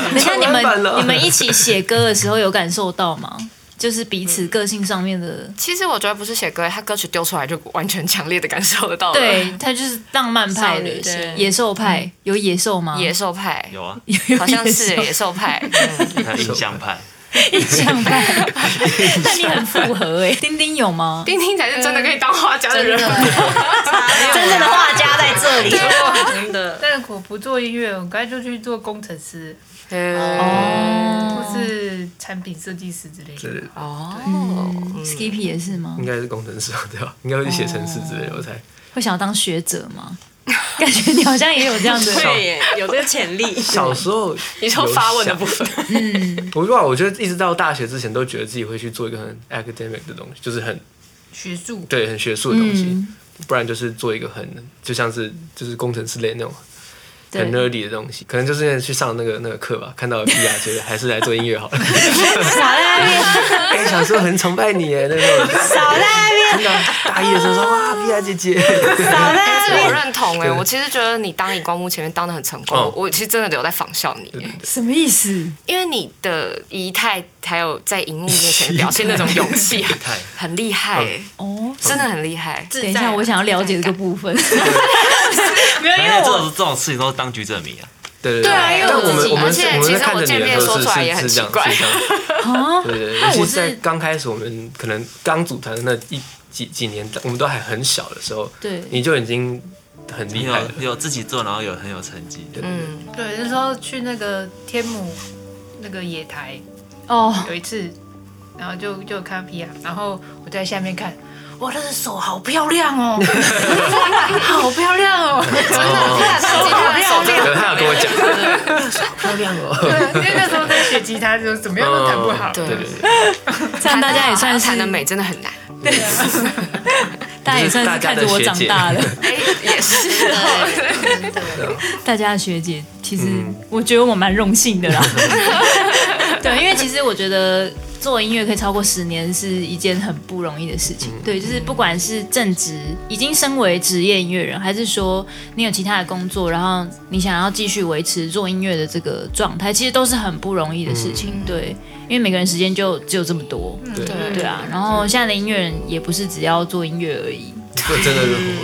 [SPEAKER 2] 等一下你
[SPEAKER 3] 太浪漫
[SPEAKER 2] 们
[SPEAKER 3] 了
[SPEAKER 2] 你们一起写歌的时候有感受到吗？就是彼此个性上面的，
[SPEAKER 5] 其实我觉得不是写歌，他歌曲丢出来就完全强烈的感受得到了。
[SPEAKER 2] 对，他就是浪漫派
[SPEAKER 5] 少女
[SPEAKER 2] 的
[SPEAKER 5] 对
[SPEAKER 2] 野兽派，有野兽吗？
[SPEAKER 5] 野兽派
[SPEAKER 4] 有啊，
[SPEAKER 2] 有
[SPEAKER 5] 好像是
[SPEAKER 2] 野
[SPEAKER 5] 野
[SPEAKER 2] 兽
[SPEAKER 5] 兽派，
[SPEAKER 4] 他印象派，
[SPEAKER 2] 印象派， 但你很符合哎。 丁丁有吗？
[SPEAKER 5] 丁丁才是真的可以当画家的人。
[SPEAKER 1] 真正的画家在这里。
[SPEAKER 7] 真的
[SPEAKER 6] 但我不做音乐，我该就去做工程师
[SPEAKER 2] 哦
[SPEAKER 6] 或是产品设计师之类的。
[SPEAKER 3] 对
[SPEAKER 5] 哦，
[SPEAKER 2] ，Skippy 也是吗
[SPEAKER 3] 应？该是工程师吧对吧？应该会去写程式之类的，我猜。
[SPEAKER 2] 会想要当学者吗？ 感觉你好像也有这样 子。
[SPEAKER 7] 对耶，有这个潜力。
[SPEAKER 3] 小时候
[SPEAKER 5] 嗯你说
[SPEAKER 3] 有
[SPEAKER 5] 发问的
[SPEAKER 3] 想
[SPEAKER 5] 部分，嗯
[SPEAKER 3] 我哇，我觉得一直到大学之前都觉得自己会去做一个很 academic 的东西，就是很
[SPEAKER 6] 学术
[SPEAKER 3] 对很学术的东西，
[SPEAKER 5] 嗯
[SPEAKER 3] 不然就是做一个很就像是就是工程师类那种
[SPEAKER 2] 对
[SPEAKER 3] 很 nerdy 的东西，可能就是去上那个那个课吧，看到 P 啊，觉得还是来做音乐好了。
[SPEAKER 2] 啊
[SPEAKER 1] 少在那边，
[SPEAKER 3] 哎、小时候很崇拜你耶，那种
[SPEAKER 1] 少在那边，
[SPEAKER 3] 真的大一的时候说哇，
[SPEAKER 5] 哦
[SPEAKER 3] 碧爱姐姐，
[SPEAKER 1] 好嘞，
[SPEAKER 5] 这我认同哎、
[SPEAKER 3] 对
[SPEAKER 5] 我其实觉得你当荧光幕前面当的很成功，
[SPEAKER 3] 嗯
[SPEAKER 5] 我其实真的有在仿效你、哎
[SPEAKER 2] 什么意思？
[SPEAKER 5] 因为你的仪态还有在荧幕面前表现那种勇 气，
[SPEAKER 3] 太
[SPEAKER 5] 很厉害、哎
[SPEAKER 2] 哦，
[SPEAKER 5] 真的很厉害。
[SPEAKER 7] 自
[SPEAKER 2] 等一下，我想要了解这个部分。没有，因为
[SPEAKER 4] 这
[SPEAKER 2] 我
[SPEAKER 4] 种这种事情都是当局者迷啊。
[SPEAKER 3] 对对
[SPEAKER 5] 对啊因为
[SPEAKER 3] 但
[SPEAKER 5] 我
[SPEAKER 3] 我
[SPEAKER 5] 自
[SPEAKER 3] 们
[SPEAKER 5] 己
[SPEAKER 3] 我们是
[SPEAKER 5] 而且
[SPEAKER 3] 我们
[SPEAKER 5] 其
[SPEAKER 3] 在
[SPEAKER 5] 实
[SPEAKER 3] 看
[SPEAKER 5] 我
[SPEAKER 3] 着你
[SPEAKER 5] 见
[SPEAKER 3] 的
[SPEAKER 5] 面
[SPEAKER 3] 时候
[SPEAKER 5] 说
[SPEAKER 3] 是
[SPEAKER 5] 出来也
[SPEAKER 3] 是
[SPEAKER 5] 很
[SPEAKER 3] 是这样
[SPEAKER 5] 奇怪
[SPEAKER 3] 是这样，
[SPEAKER 2] 啊，
[SPEAKER 3] 对对对，
[SPEAKER 2] 那
[SPEAKER 3] 尤
[SPEAKER 2] 我
[SPEAKER 3] 其
[SPEAKER 2] 是
[SPEAKER 3] 在刚开始我们可能刚组团的那一几几年，我们都还很小的时候，
[SPEAKER 2] 对
[SPEAKER 3] 你就已经很
[SPEAKER 4] 你
[SPEAKER 3] 厉害
[SPEAKER 4] 有
[SPEAKER 3] 了。
[SPEAKER 4] 有自己做，然后有很有成绩的，
[SPEAKER 5] 嗯，
[SPEAKER 6] 对，那时候去那个天母那个野台，
[SPEAKER 2] 哦，
[SPEAKER 6] 有一次，然后就就看皮亚，然后我在下面看，哇，那只手好漂亮哦， 好漂亮哦，
[SPEAKER 3] 哦，
[SPEAKER 5] 手漂亮，
[SPEAKER 3] 对他有跟我讲，好漂亮哦。
[SPEAKER 6] 对，因为那时候在学吉他，就怎么样都弹不好。
[SPEAKER 3] 对对对，
[SPEAKER 2] 这样大家也算是
[SPEAKER 5] 弹的，美，真的很难。
[SPEAKER 2] 大家也算是看着我长大的，
[SPEAKER 5] 哎、也是哦的，
[SPEAKER 2] 大家的学姐，其实
[SPEAKER 3] 嗯
[SPEAKER 2] 我觉得我蛮荣幸的 啦。对，因为其实我觉得做音乐可以超过十年是一件很不容易的事情。对，就是不管是正职，已经身为职业音乐人，还是说你有其他的工作，然后你想要继续维持做音乐的这个状态，其实都是很不容易的事情。对，因为每个人时间就只有这么多。
[SPEAKER 5] 嗯
[SPEAKER 3] 对，
[SPEAKER 2] 对啊，然后现在的音乐人也不是只要做音乐而已，
[SPEAKER 3] 就真的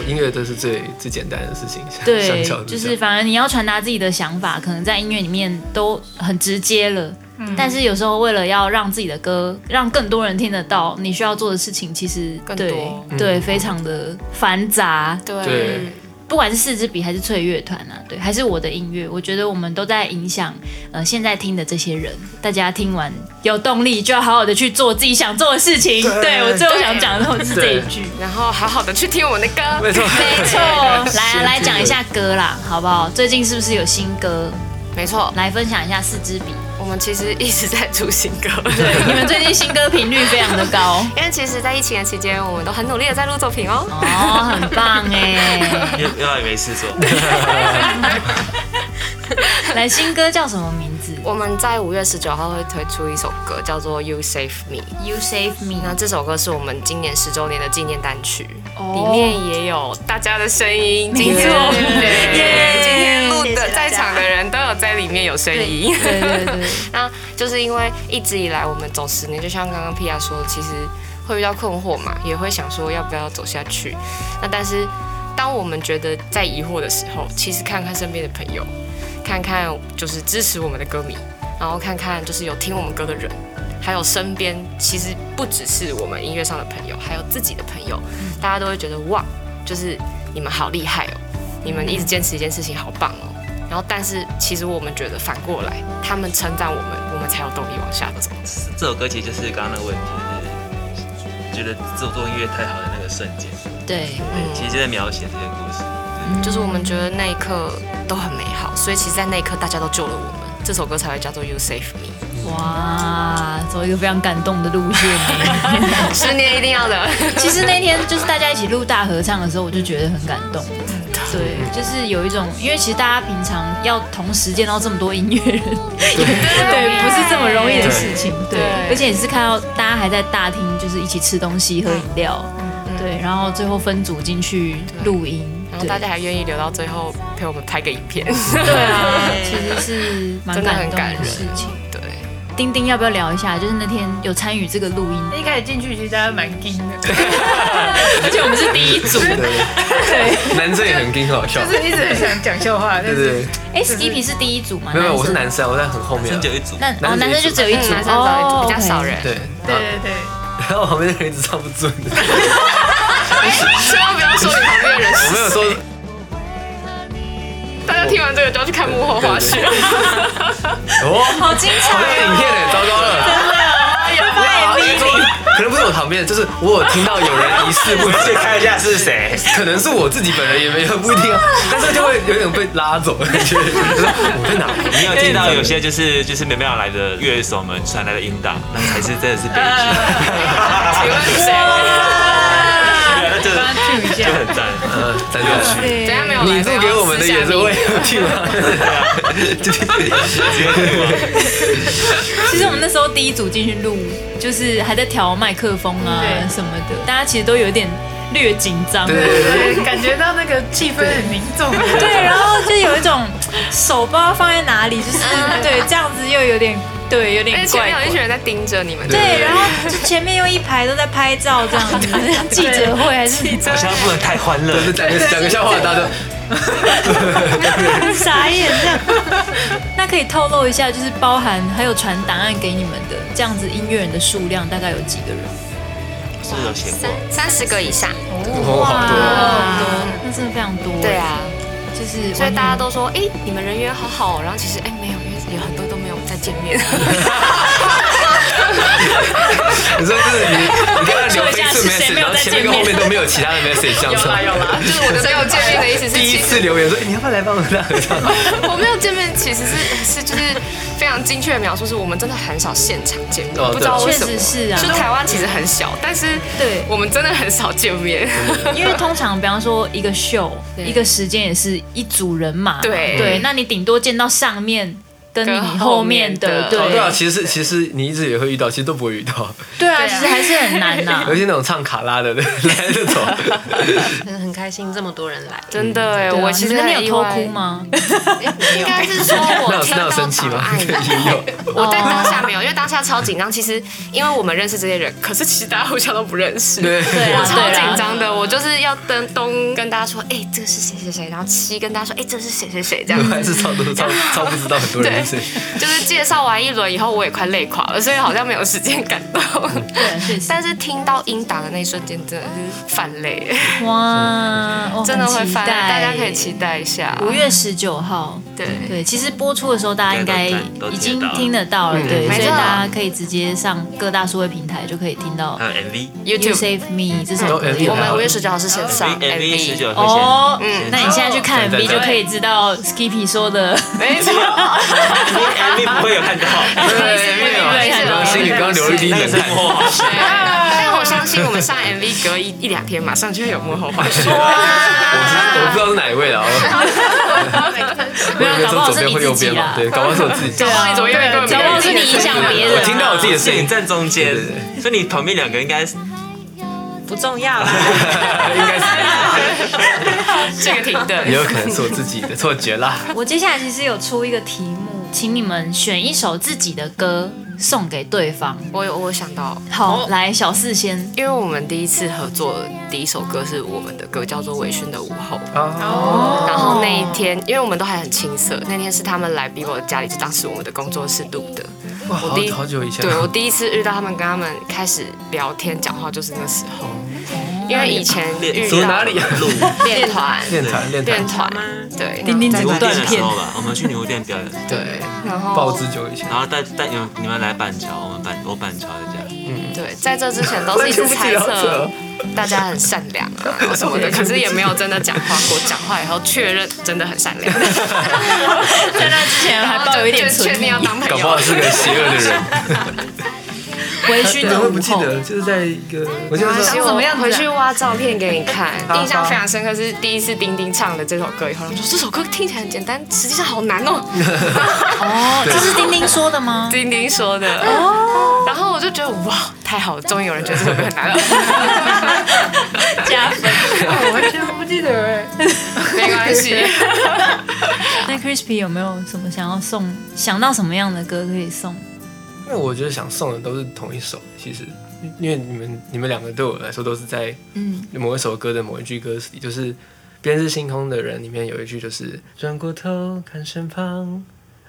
[SPEAKER 3] 音乐都是最最简单的事情，相相较
[SPEAKER 2] 对，
[SPEAKER 3] 之
[SPEAKER 2] 就
[SPEAKER 3] 下
[SPEAKER 2] 是反而你要传达自己的想法，可能在音乐里面都很直接了。但是有时候为了要让自己的歌让更多人听得到，你需要做的事情其实
[SPEAKER 5] 更
[SPEAKER 2] 对
[SPEAKER 5] 多
[SPEAKER 2] 对非常的繁杂。
[SPEAKER 5] 对，
[SPEAKER 3] 对
[SPEAKER 2] 不管是四支笔还是翠乐团啊，对，还是我的音乐，我觉得我们都在影响呃现在听的这些人。大家听完有动力，就要好好的去做自己想做的事情。对我最后想讲的是这一
[SPEAKER 3] 对
[SPEAKER 2] 句。
[SPEAKER 5] 然后好好的去听我们的歌，
[SPEAKER 3] 没错
[SPEAKER 5] 没
[SPEAKER 2] 错，
[SPEAKER 5] 错，
[SPEAKER 2] 来啊来讲一下歌啦，好不好？最近是不是有新歌？
[SPEAKER 5] 没错。
[SPEAKER 2] 来分享一下四 支笔。
[SPEAKER 5] 我们其实一直在出新歌，
[SPEAKER 2] 对，你们最近新歌频率非常的高
[SPEAKER 5] 因为其实，在疫情的期间，我们都很努力的在录作品哦。
[SPEAKER 2] 哦，很棒 哎！
[SPEAKER 4] 又又也没事做。
[SPEAKER 2] 来，新歌叫什么名字
[SPEAKER 5] 我们在五月十九号会推出一首歌，叫做《You Save Me》。
[SPEAKER 2] ？You Save
[SPEAKER 5] 那
[SPEAKER 2] Me。
[SPEAKER 5] 这首歌是我们今年十周年的纪念单曲，
[SPEAKER 2] 哦
[SPEAKER 5] 里面也有大家的声音。今
[SPEAKER 2] 没
[SPEAKER 5] 天
[SPEAKER 2] 错
[SPEAKER 5] 对今天录
[SPEAKER 7] 谢谢大
[SPEAKER 5] 的
[SPEAKER 7] 家
[SPEAKER 5] 在场的人都有在里面有声音。
[SPEAKER 2] 对对对，
[SPEAKER 5] 那就是因为一直以来我们走十年，就像刚刚皮亚说，其实会遇到困惑嘛，也会想说要不要走下去。那但是当我们觉得在疑惑的时候，其实看看身边的朋友，看看就是支持我们的歌迷，然后看看就是有听我们歌的人。还有身边，其实不只是我们音乐上的朋友，还有自己的朋友，
[SPEAKER 2] 嗯
[SPEAKER 5] 大家都会觉得哇，就是你们好厉害哦，你们一直坚持一件事情，好棒哦。然后，但是其实我们觉得反过来，他们称赞我们，我们才有动力往下走。
[SPEAKER 2] 嗯
[SPEAKER 4] 这首歌其实就是刚刚那个问题，就是觉得做做音乐太好的那个瞬间，
[SPEAKER 2] 对，
[SPEAKER 4] 对，其实就在描写这些故事。
[SPEAKER 5] 就是我们觉得那一刻都很美好，所以其实，在那一刻大家都救了我们，这首歌才会叫做《You Save Me
[SPEAKER 2] 哇，走一个非常感动的路线。》，
[SPEAKER 5] 十年一定要的。
[SPEAKER 2] 其实那天就是大家一起录大合唱的时候，我就觉得很感动。对，就是有一种，因为其实大家平常要同时见到这么多音乐人，对，不是这么容易的事情。对，而且也是看到大家还在大厅，就是一起吃东西、喝饮料，对，然后最后分组进去录音，
[SPEAKER 5] 嗯然后
[SPEAKER 2] 对
[SPEAKER 5] 大，家还愿意留到最后陪我们拍个影片，
[SPEAKER 2] 对啊，其实是蛮
[SPEAKER 5] 真的很
[SPEAKER 2] 感动
[SPEAKER 5] 感
[SPEAKER 2] 的
[SPEAKER 5] 人
[SPEAKER 2] 事情。。
[SPEAKER 5] 对，
[SPEAKER 2] 丁丁要不要聊一下？就是那天有参与这个录音，
[SPEAKER 6] 一开始进去其实大家蛮惊的，
[SPEAKER 2] 而且我们是第一组。
[SPEAKER 3] 对，男生也很挺好笑
[SPEAKER 6] 就。是一直很想讲笑话，但
[SPEAKER 3] 对
[SPEAKER 6] 是
[SPEAKER 3] 对，
[SPEAKER 2] 哎，Skippy 是第一组吗？
[SPEAKER 3] 没有没有，我是
[SPEAKER 2] 生
[SPEAKER 3] 男生，我在很后面
[SPEAKER 4] 真
[SPEAKER 3] 啊。
[SPEAKER 4] 就一组，
[SPEAKER 2] 那哦，男
[SPEAKER 3] 男
[SPEAKER 2] 生
[SPEAKER 3] 生
[SPEAKER 2] 就只有一组，
[SPEAKER 5] 男生找一
[SPEAKER 2] 哦
[SPEAKER 5] 组比较少
[SPEAKER 2] OK
[SPEAKER 5] 人，
[SPEAKER 3] 对，
[SPEAKER 6] 对对对，
[SPEAKER 3] 然后旁边那个人一直唱不准，我
[SPEAKER 5] 千万不要说你旁边的 人是
[SPEAKER 3] 没有
[SPEAKER 5] 谁。
[SPEAKER 3] 说
[SPEAKER 5] 大家听完这个就要去看幕后花絮。
[SPEAKER 3] 哦，
[SPEAKER 2] 好精
[SPEAKER 3] 好像
[SPEAKER 2] 彩哦
[SPEAKER 3] 有影片哎，糟糕了。可能不是我旁边，就是我有听到有人疑似不解，看一下是谁，可能是我自己本人也没有不一定啊，但是就会有点被拉走的感觉，啊就是我在哪？
[SPEAKER 4] 你有听到有些就是就是没办法来的乐手们传来的音档，那才是真的是编剧，
[SPEAKER 5] 请问是谁？啊
[SPEAKER 4] 对，那就
[SPEAKER 6] 帮他 cue 一下
[SPEAKER 4] 就很赞。
[SPEAKER 3] 呃，真的。
[SPEAKER 5] 等一下没有来，
[SPEAKER 3] 嗯你录给我们的也是为了听吗？
[SPEAKER 2] 其实我们那时候第一组进去录，就是还在调麦克风啊
[SPEAKER 6] 对
[SPEAKER 2] 什么的，大家其实都有点略紧张。
[SPEAKER 3] 对对对
[SPEAKER 6] 对，感觉到那个气氛很凝重。
[SPEAKER 2] 对，然后就有一种手不知道放在哪里，就是
[SPEAKER 6] 嗯
[SPEAKER 2] 对这样子又有点对有
[SPEAKER 5] 而
[SPEAKER 6] 哎
[SPEAKER 5] 且
[SPEAKER 2] 点
[SPEAKER 5] 前
[SPEAKER 2] 怪
[SPEAKER 5] 面有一群
[SPEAKER 2] 怪。
[SPEAKER 5] 人在盯着你们，
[SPEAKER 2] 对，然后就前面又一排都在拍照，这样 子记者会还是
[SPEAKER 4] 好像不能太欢乐
[SPEAKER 3] 对，就是讲个讲个笑话，大家都
[SPEAKER 2] 傻眼这样。那可以透露一下，就是包含还有传档案给你们的这样子音乐人的数量大概有几个人？
[SPEAKER 4] 是有写过
[SPEAKER 5] 三。三十个以上，
[SPEAKER 3] 哦好多哦。
[SPEAKER 2] 哇，那真的非常多。欸
[SPEAKER 5] 对，啊，
[SPEAKER 2] 就是
[SPEAKER 5] 所以大家
[SPEAKER 2] 都
[SPEAKER 5] 都说，哎，你们人缘好好哦，然后其实哎没有，因为有很多都没有再见面，
[SPEAKER 3] 你说就是你，你刚才留飞次
[SPEAKER 2] 说一下是谁没
[SPEAKER 3] message，
[SPEAKER 2] 有
[SPEAKER 3] 然后
[SPEAKER 2] 在见
[SPEAKER 3] 前面跟
[SPEAKER 2] 面
[SPEAKER 3] 后面都 没有其他的 message，这样 子。
[SPEAKER 5] 就是我的没有见面的意思是，
[SPEAKER 3] 第一
[SPEAKER 5] 其实
[SPEAKER 3] 次留言说，哎，你要不要来帮我们大合唱？
[SPEAKER 5] 我没有见面，其实是是就是非常精确的描述，是我们真的很少现场见面，
[SPEAKER 3] 哦对
[SPEAKER 5] 不知道为
[SPEAKER 2] 确
[SPEAKER 5] 什么
[SPEAKER 2] 实。是啊
[SPEAKER 5] 就，台湾其实很小，但是
[SPEAKER 2] 对
[SPEAKER 5] 我们真的很少见面。
[SPEAKER 2] 因为通常，比方说一个秀，
[SPEAKER 5] 对
[SPEAKER 2] 一个时间也是一组人马，
[SPEAKER 5] 对
[SPEAKER 2] 对，那你顶多见到上面跟你
[SPEAKER 5] 跟
[SPEAKER 2] 后
[SPEAKER 5] 后
[SPEAKER 2] 面
[SPEAKER 5] 面
[SPEAKER 2] 的，
[SPEAKER 5] 的
[SPEAKER 2] 对
[SPEAKER 3] 哦，对啊，其实其实你一直也会遇到，其实都不会遇到，
[SPEAKER 2] 对啊，
[SPEAKER 6] 对
[SPEAKER 2] 其
[SPEAKER 6] 啊
[SPEAKER 2] 实还是很难呐
[SPEAKER 3] 尤。其那种唱卡拉的 来这种，
[SPEAKER 7] 很很 开心这么多人 来，
[SPEAKER 5] 真的哎，
[SPEAKER 2] 对啊
[SPEAKER 5] 我其实
[SPEAKER 2] 你
[SPEAKER 5] 很
[SPEAKER 2] 们有
[SPEAKER 5] 意
[SPEAKER 2] 偷
[SPEAKER 5] 外
[SPEAKER 2] 哭？吗？
[SPEAKER 5] 啊应该是 说我
[SPEAKER 3] 那有
[SPEAKER 5] 听
[SPEAKER 3] 那
[SPEAKER 5] 到
[SPEAKER 3] 有生气
[SPEAKER 5] 档
[SPEAKER 3] 吗？
[SPEAKER 5] 案
[SPEAKER 3] 也有，
[SPEAKER 5] 我在当下没有，因为当下超紧张。其实因为我们认识这些人，可是其实大家互相都不认识。
[SPEAKER 3] 对
[SPEAKER 2] 对啊
[SPEAKER 5] 我超
[SPEAKER 2] 对啊
[SPEAKER 5] 紧张的，我就是要跟东跟大家说，哎、这个是谁谁谁，然后七跟大家说，哎、这个是谁谁谁，这样
[SPEAKER 3] 我
[SPEAKER 5] 子
[SPEAKER 3] 还是超多超超不知道很多人是谁。
[SPEAKER 5] 就是介绍完一轮以后，我也快累垮了，所以好像没有时间感动。
[SPEAKER 2] 对，确实，
[SPEAKER 5] 但是听到音档的那一瞬间，真的是泛泪，
[SPEAKER 2] 哇，哦
[SPEAKER 5] 真的会泛泪，大家可以。
[SPEAKER 2] 很期
[SPEAKER 5] 期
[SPEAKER 2] 待
[SPEAKER 5] 待一下。
[SPEAKER 2] 五月十九号，
[SPEAKER 5] 对
[SPEAKER 2] 对，其实播出的时候大家应该
[SPEAKER 4] 都
[SPEAKER 2] 已
[SPEAKER 4] 都
[SPEAKER 2] 经
[SPEAKER 4] 听得到
[SPEAKER 2] 听得到了，对，
[SPEAKER 5] 嗯没
[SPEAKER 2] 所以
[SPEAKER 5] 错
[SPEAKER 2] 大家可以直接上各大数位平台就可以听到
[SPEAKER 4] 还有 MV。
[SPEAKER 2] You
[SPEAKER 5] YouTube，
[SPEAKER 2] Save Me 这首歌
[SPEAKER 3] 都 MV
[SPEAKER 5] 我
[SPEAKER 3] 了
[SPEAKER 5] 们五月十九号是线上
[SPEAKER 4] MV MV 十
[SPEAKER 5] MV，
[SPEAKER 4] 九会先，
[SPEAKER 2] 哦，
[SPEAKER 5] 嗯
[SPEAKER 2] 那你现在去看
[SPEAKER 3] 对
[SPEAKER 2] MV
[SPEAKER 3] 对
[SPEAKER 2] 就
[SPEAKER 3] 对
[SPEAKER 2] 可以知道 Skippy 说的，
[SPEAKER 5] 没错，
[SPEAKER 4] MV 不会有 看到，哎
[SPEAKER 3] 刚心里刚流了一滴
[SPEAKER 4] 啊那个
[SPEAKER 3] 冷
[SPEAKER 4] 是幕
[SPEAKER 3] 汗，
[SPEAKER 4] 后花絮。
[SPEAKER 5] 但我相信我们上 MV 隔一一两天，马上就会有幕后花絮。
[SPEAKER 4] 啊
[SPEAKER 3] 我不知道是哪一位了，我
[SPEAKER 2] 没
[SPEAKER 3] 我
[SPEAKER 2] 有
[SPEAKER 3] 有
[SPEAKER 2] 搞不好
[SPEAKER 3] 说左
[SPEAKER 2] 是
[SPEAKER 3] 边
[SPEAKER 2] 你
[SPEAKER 3] 或右
[SPEAKER 2] 自己
[SPEAKER 3] 边嘛
[SPEAKER 2] 啦，，啊
[SPEAKER 3] 对，搞不好是我 自己。
[SPEAKER 5] 搞不好你 左右一个
[SPEAKER 2] 搞不好是你影响别人啊，
[SPEAKER 3] 我听到我自己的
[SPEAKER 4] 是
[SPEAKER 3] 声
[SPEAKER 4] 你
[SPEAKER 3] 音，
[SPEAKER 4] 站中间
[SPEAKER 3] 对对，
[SPEAKER 4] 所以你旁边两个应该是
[SPEAKER 7] 不重要啦。
[SPEAKER 3] 应该是
[SPEAKER 5] 这个停
[SPEAKER 3] 也
[SPEAKER 5] 顿，
[SPEAKER 3] 有可能是我自己的错觉啦。
[SPEAKER 2] 我接下来其实有出一个题目，请你们选一首自己的歌送给对方。
[SPEAKER 5] 我有我有想到，
[SPEAKER 2] 好，来小四先，
[SPEAKER 5] 因为我们第一次合作的第一首歌是我们的歌，叫做《微醺的午后》。
[SPEAKER 3] 哦，
[SPEAKER 5] 然后那一天，因为我们都还很青涩，那天是他们来比我的家里，就当时我们的工作室录的。
[SPEAKER 3] 哇，
[SPEAKER 5] 我
[SPEAKER 3] 好
[SPEAKER 5] 第一
[SPEAKER 3] 好久以前
[SPEAKER 5] 对我
[SPEAKER 3] 了，
[SPEAKER 5] 第一次遇到他们，跟他们开始聊天讲话就是那时候，
[SPEAKER 3] 哦
[SPEAKER 5] 因为以前 遇
[SPEAKER 3] 走
[SPEAKER 5] 到
[SPEAKER 3] 哪里？路
[SPEAKER 5] 练团，
[SPEAKER 3] 练团练
[SPEAKER 5] 练
[SPEAKER 3] 团，
[SPEAKER 5] 团，对
[SPEAKER 2] 丁
[SPEAKER 4] 牛店的时候吧，我们去牛店表演，
[SPEAKER 5] 对，然
[SPEAKER 3] 爆
[SPEAKER 5] 后
[SPEAKER 3] 之久以前。
[SPEAKER 4] 然后带带你们你们来板桥，我们板我板桥的家，
[SPEAKER 5] 对，在这之前都是一直猜测。大家很善良啊，然后什 么的，可是也没有真的讲话过。讲话以后确认真的很善 良，
[SPEAKER 2] 在那之前还
[SPEAKER 5] 然后
[SPEAKER 2] 抱
[SPEAKER 5] 就
[SPEAKER 2] 有一点
[SPEAKER 5] 就
[SPEAKER 2] 存
[SPEAKER 5] 确定
[SPEAKER 2] 疑
[SPEAKER 5] 要。当朋
[SPEAKER 3] 搞不
[SPEAKER 5] 友
[SPEAKER 3] 好。是个邪恶的 人，
[SPEAKER 2] 微醺
[SPEAKER 3] 对
[SPEAKER 2] 的
[SPEAKER 3] 我
[SPEAKER 2] 午
[SPEAKER 3] 不记
[SPEAKER 2] 后，
[SPEAKER 3] 得，就是在一个，我记得
[SPEAKER 5] 关系
[SPEAKER 3] 是
[SPEAKER 5] 我
[SPEAKER 2] 啊
[SPEAKER 5] 回去挖照片给 你看，印象非常深刻。是第一次丁丁唱的这首歌以后，我说这首歌听起来很简单，实际上好难哦。
[SPEAKER 2] 哦，这是丁丁说的吗？
[SPEAKER 5] 丁丁说的，
[SPEAKER 7] 哦
[SPEAKER 5] 然后我就觉得哇，太好了，终于有人觉得这首歌很难了。
[SPEAKER 2] 加分。
[SPEAKER 6] 我完全不记得哎。
[SPEAKER 5] 没关系，
[SPEAKER 2] 那 Crispy 有没有什么想要送？想到什么样的歌可以送？
[SPEAKER 3] 因为我觉得想送的都是同一首，其实，因为你们你们两个对我来说都是在
[SPEAKER 2] 嗯，
[SPEAKER 3] 某一首歌的某一句歌词里，就是《边是星空的人》里面有一句就是转过头看身旁，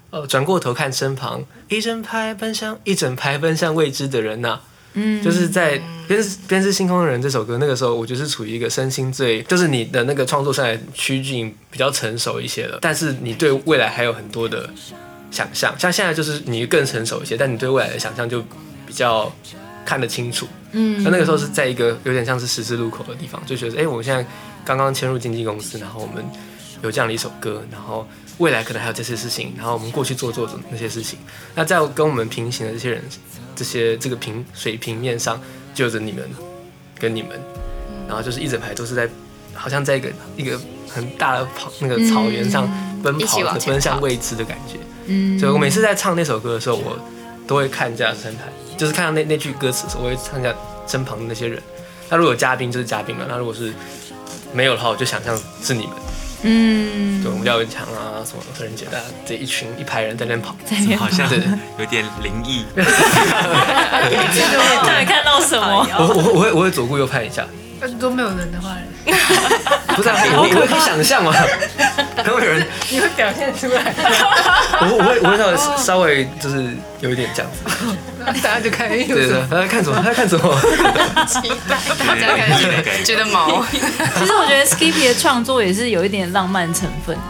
[SPEAKER 3] 哦，转过头看身旁，一整排奔向一整排奔向未知的人呐、
[SPEAKER 2] 嗯
[SPEAKER 3] 就是在《边是边是星空的人》这首歌，那个时候我就是处于一个身心最，就是你的那个创作上来趋近比较成熟一些了，但是你对未来还有很多的想象，像现在就是你更成熟一些，但你对未来的想象就比较看得清楚。
[SPEAKER 2] 嗯
[SPEAKER 3] 那那个时候是在一个有点像是十字路口的地方，就觉得哎、诶我现在刚刚迁入经纪公司，然后我们有这样的一首歌，然后未来可能还有这些事情，然后我们过去做做那些事情。那在跟我们平行的这些人，这些这个平水平面上，就有着你们跟你们，然后就是一整排都是在好像在一个一个很大的跑那个草原上奔
[SPEAKER 5] 一
[SPEAKER 3] 跑
[SPEAKER 5] 起往
[SPEAKER 3] 着
[SPEAKER 5] 前
[SPEAKER 3] 奔向
[SPEAKER 5] 跑
[SPEAKER 3] 未知的感觉。
[SPEAKER 2] 嗯
[SPEAKER 3] 所以我每次在唱那首歌的时候，我都会看架身台，就是看到那那句歌词的时候，我会看一下身旁的那些人。那如果有嘉宾就是嘉宾了，那如果是没有的话，我就想象是你们，
[SPEAKER 2] 嗯，
[SPEAKER 3] 对，我们廖文强啊，什么何仁杰啊，这一群一排人在那边跑，
[SPEAKER 2] 哎
[SPEAKER 4] 好像
[SPEAKER 3] 对
[SPEAKER 4] 有点灵 异。
[SPEAKER 2] 到底看到什么？
[SPEAKER 3] 我我我会我会左顾右盼一下，
[SPEAKER 6] 但是都没有人的话，
[SPEAKER 3] 不是、啊、我我我会想象 嘛，可能有人，
[SPEAKER 6] 你会表现出来，
[SPEAKER 3] 我我会我会稍微稍微就是有一点这样子，
[SPEAKER 6] 然后大家就看，哎有
[SPEAKER 3] 对
[SPEAKER 6] 什
[SPEAKER 3] 对，
[SPEAKER 6] 么？
[SPEAKER 3] 他在看什么？他在看什 么？
[SPEAKER 5] 大家开始觉得毛，
[SPEAKER 2] 其实我觉得 Skippy 的创作也是有一点浪漫成分呢，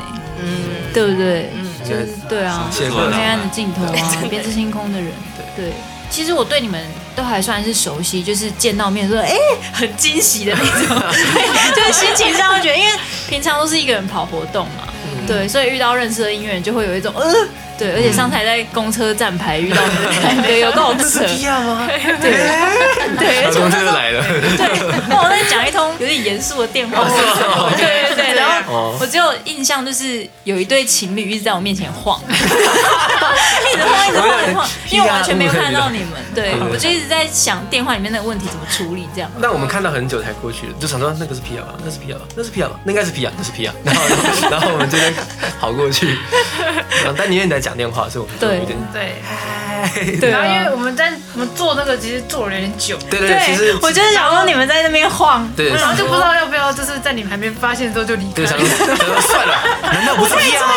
[SPEAKER 2] 嗯，对不对？嗯，就是对啊，
[SPEAKER 3] 谢谢
[SPEAKER 4] 对
[SPEAKER 2] 黑暗的尽头 啊，编织星空的人，对。其实我对你们都还算是熟悉，就是见到面说，哎、很惊喜的那 种，对就是心情上会觉得，因为平常都是一个人跑活动嘛，对，所以遇到认识的音乐人就会有一种，呃，对，而且上次还在公车站牌遇到你的感 觉，有够扯，对对，而
[SPEAKER 3] 他
[SPEAKER 2] 且我那
[SPEAKER 3] 从这
[SPEAKER 2] 时
[SPEAKER 3] 个
[SPEAKER 2] 候
[SPEAKER 3] 来了，
[SPEAKER 2] 对，我在讲一通有点严肃的电
[SPEAKER 3] 哦
[SPEAKER 2] 话， 对对对，然后我只有印象就是有一对情侣一直在我面前 晃，一直晃一直晃一直晃，因为我完全没有看到你们，对
[SPEAKER 3] 哦
[SPEAKER 2] 我就一直在想电话里面那个问题怎么处理这样。
[SPEAKER 3] 那我们看到很久才过去，就想说那个是皮亚吧，那是皮亚吧，那是皮亚吧，那应该是皮亚，那是皮亚。然后然后我们就在跑过去， 然后但因为你在讲电话，所以我们就有点
[SPEAKER 6] 对，
[SPEAKER 2] 对
[SPEAKER 6] 然后因
[SPEAKER 2] 啊
[SPEAKER 6] 为我们在我们做那个其实做了有点久，
[SPEAKER 3] 对对对，其
[SPEAKER 2] 对
[SPEAKER 3] 实，
[SPEAKER 2] 我就是想说你们在那边晃，
[SPEAKER 3] 对，
[SPEAKER 6] 然后就不知道要不要，就是在你们还没发现的时候就离开
[SPEAKER 3] 对，想。说想说算了，难道不是皮亚吗？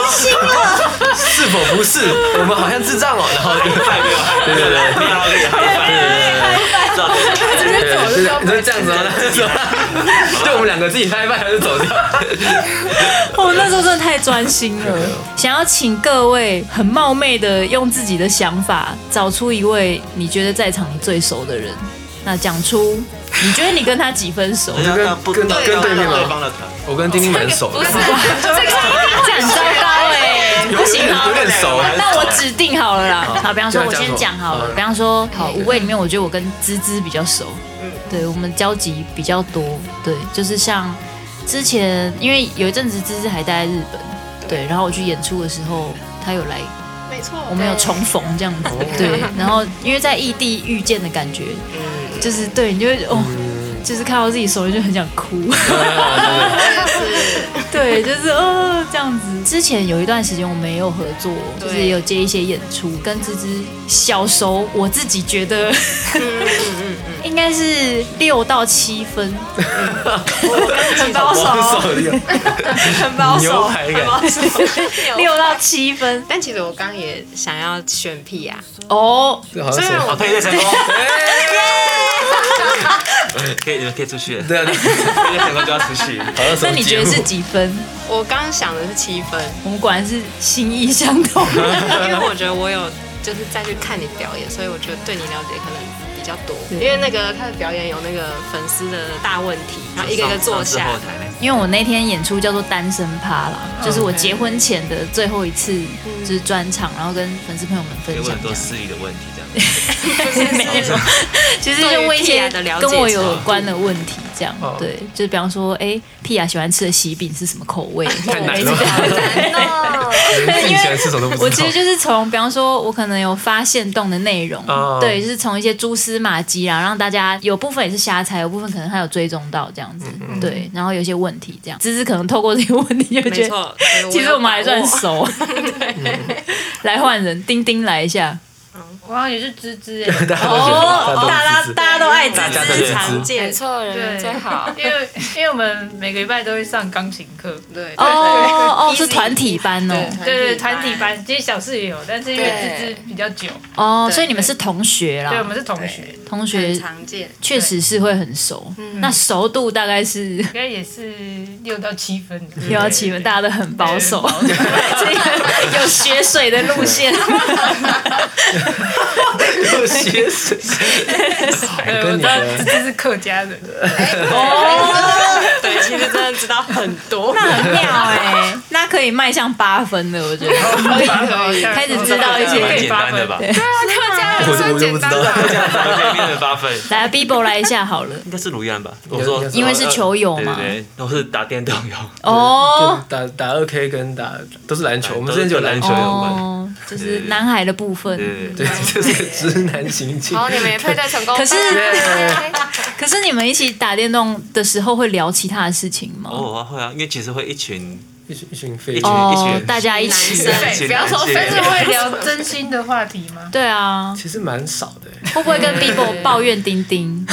[SPEAKER 3] 是否不是？我们好像智障哦，然后就
[SPEAKER 4] 太厉害了，
[SPEAKER 3] 对对对
[SPEAKER 4] 厉害厉害，知道
[SPEAKER 3] 对，就是就是这样子吗？就我们两个自己拍一拍就走掉。
[SPEAKER 2] 我哦那时候真的太专心了。
[SPEAKER 3] 啊
[SPEAKER 2] 想要请各位很冒昧的用自己的想法找出一位你觉得在场你最熟的人，那讲出你觉得你跟他几分熟？
[SPEAKER 4] 人家不
[SPEAKER 3] 跟
[SPEAKER 4] 不
[SPEAKER 3] 跟对面吗
[SPEAKER 4] 对方的团，
[SPEAKER 3] 我跟丁丁蛮熟的，
[SPEAKER 2] 这很糟糕哎、
[SPEAKER 3] 有
[SPEAKER 2] 不行
[SPEAKER 3] 点
[SPEAKER 2] 啊
[SPEAKER 3] 有。点熟。
[SPEAKER 2] 那我指定好了啦。好，比方说我先讲好了
[SPEAKER 3] 好。嗯
[SPEAKER 2] 比方说，好五位里面，我觉得我跟芝芝比较熟。对，我们交集比较多。对，就是像之前，因为有一阵子芝芝还待在日本，对，然后我去演出的时候，她有来
[SPEAKER 7] 没错，
[SPEAKER 2] 我们有重逢这样子，
[SPEAKER 3] 哦
[SPEAKER 2] 对。然后因为在异地遇见的感觉，就是对你就会哦，就是看到自己熟人就很想哭， 对，就是哦这样子。之前有一段时间我们也有合作，就是也有接一些演出，跟芝芝小熟，我自己觉得嗯应该是六到七分， 很保守
[SPEAKER 3] 保
[SPEAKER 2] 哦，
[SPEAKER 3] 守的，
[SPEAKER 2] 很保
[SPEAKER 3] 牛
[SPEAKER 2] 守，
[SPEAKER 3] 排感
[SPEAKER 2] 六到七分
[SPEAKER 7] 但其实我刚也想要选屁呀、
[SPEAKER 2] 哦。
[SPEAKER 3] 这好像熟。
[SPEAKER 4] 好，可以再 成功，可以你们可以出去了，
[SPEAKER 3] 对啊，对
[SPEAKER 4] 可以成功就要出去。
[SPEAKER 3] 好像什
[SPEAKER 2] 那
[SPEAKER 3] 么
[SPEAKER 2] 你
[SPEAKER 3] 节
[SPEAKER 2] 觉
[SPEAKER 3] 目
[SPEAKER 2] 得是几分？
[SPEAKER 7] 我刚想的是七分，
[SPEAKER 2] 我们果然是心意相 通。
[SPEAKER 7] 因为我觉得我有就是再去看你表演，所以我觉得对你了解可能比较多。
[SPEAKER 2] 对
[SPEAKER 7] 因为那个他的表演有那个粉丝的大问题，然后一个一个坐下
[SPEAKER 4] 上次后，台那
[SPEAKER 2] 因为我那天演出叫做单身趴啦，就是我结婚前的最后一次，就是专场，然后跟粉丝朋友们分
[SPEAKER 4] 个有
[SPEAKER 2] 享
[SPEAKER 4] 很
[SPEAKER 2] 这
[SPEAKER 4] 多
[SPEAKER 2] 样。
[SPEAKER 4] 私理的问题，这 样
[SPEAKER 2] 没有，其实就问一些跟我有关的问题，这样
[SPEAKER 3] 哦
[SPEAKER 2] 对，就是比方说，哎，屁雅喜欢吃的喜饼是什么口味？
[SPEAKER 3] 太难
[SPEAKER 2] 类似
[SPEAKER 3] 了
[SPEAKER 2] 这样
[SPEAKER 3] 连自己喜欢吃什么都不知道。
[SPEAKER 2] 我其实就是从，比方说，我可能有发现动的内容，
[SPEAKER 3] 哦
[SPEAKER 2] 对，就是从一些蛛丝马迹啦，让大家有部分也是瞎猜，有部分可能他有追踪到这样子，对，然后有一些问题这样，芝芝可能透过这些问题就
[SPEAKER 7] 没
[SPEAKER 2] 觉得，
[SPEAKER 7] 错。嗯所以有
[SPEAKER 2] 其实我们还算
[SPEAKER 7] 把握
[SPEAKER 2] 熟， 对，来换人，丁丁来一下，
[SPEAKER 6] 我好像也是芝芝哎，
[SPEAKER 3] 大家都觉得大家都
[SPEAKER 2] 大家都爱芝
[SPEAKER 3] 大家都
[SPEAKER 2] 芝，
[SPEAKER 3] 认识
[SPEAKER 7] 常
[SPEAKER 5] 没
[SPEAKER 7] 见，
[SPEAKER 5] 错，人
[SPEAKER 6] 对，
[SPEAKER 5] 缘最好。
[SPEAKER 6] 因为因为我们每个礼拜都会上钢琴课，
[SPEAKER 7] 对
[SPEAKER 2] 哦哦，
[SPEAKER 7] Easy
[SPEAKER 2] 是团体班哦，
[SPEAKER 6] 对对，团体班，其实小事也有，但是因为芝
[SPEAKER 5] 对
[SPEAKER 6] 芝比较久，
[SPEAKER 2] 哦，所以你们是同学
[SPEAKER 6] 对，我
[SPEAKER 2] 啦，
[SPEAKER 6] 们是同学，
[SPEAKER 2] 同
[SPEAKER 7] 很
[SPEAKER 2] 学
[SPEAKER 7] 常见，
[SPEAKER 2] 确实是会很熟，那熟度大概是。
[SPEAKER 6] 应该也是六到七分的，
[SPEAKER 2] 又要请问大家都很保守，
[SPEAKER 6] 对
[SPEAKER 2] 这个有血水的路线。
[SPEAKER 3] 有些是，
[SPEAKER 6] 对，
[SPEAKER 3] 我跟你
[SPEAKER 6] 我知道
[SPEAKER 3] 的
[SPEAKER 6] 芝芝是客家人，
[SPEAKER 7] 对，其实真的知道很多。
[SPEAKER 2] 那很妙哎，那可以迈向八分的，我觉得。
[SPEAKER 6] 可以
[SPEAKER 2] 开始知道一些
[SPEAKER 4] 蛮简单的吧？
[SPEAKER 2] 对
[SPEAKER 6] 客家
[SPEAKER 3] 我就我就不知道了。
[SPEAKER 4] 这样才会变成八分，
[SPEAKER 2] 来 Bibo 来一下好了，
[SPEAKER 4] 应该是卢安吧？我
[SPEAKER 3] 应
[SPEAKER 4] 说
[SPEAKER 3] 该是
[SPEAKER 2] 因为是球友
[SPEAKER 4] 对对
[SPEAKER 2] 嘛。
[SPEAKER 4] 对，都是打电动游，
[SPEAKER 2] 哦
[SPEAKER 3] 打打二 K 跟打都是篮球，
[SPEAKER 4] 对
[SPEAKER 3] 我们之前就有篮球
[SPEAKER 4] 都是
[SPEAKER 3] 有关。
[SPEAKER 2] 哦，就是男孩的部分。
[SPEAKER 4] 对对
[SPEAKER 3] 对
[SPEAKER 4] 对，，
[SPEAKER 3] 这是直男情境。
[SPEAKER 5] 好，你们也配对成功。
[SPEAKER 2] 可是
[SPEAKER 5] 拜拜
[SPEAKER 2] 可是你们一起打电动的时候会聊其他的事情吗？
[SPEAKER 4] 偶尔会啊，因为其实会一群
[SPEAKER 3] 一群一群废
[SPEAKER 4] 一
[SPEAKER 3] 物
[SPEAKER 4] 群。
[SPEAKER 2] 哦，大家一起。
[SPEAKER 5] 男生
[SPEAKER 4] 一群
[SPEAKER 5] 对不要说
[SPEAKER 4] 男性
[SPEAKER 5] 分
[SPEAKER 6] 但是会聊真心的话题吗？
[SPEAKER 2] 对啊，
[SPEAKER 3] 其实蛮少的，欸
[SPEAKER 2] 会不会跟 Bibo 抱怨丁丁？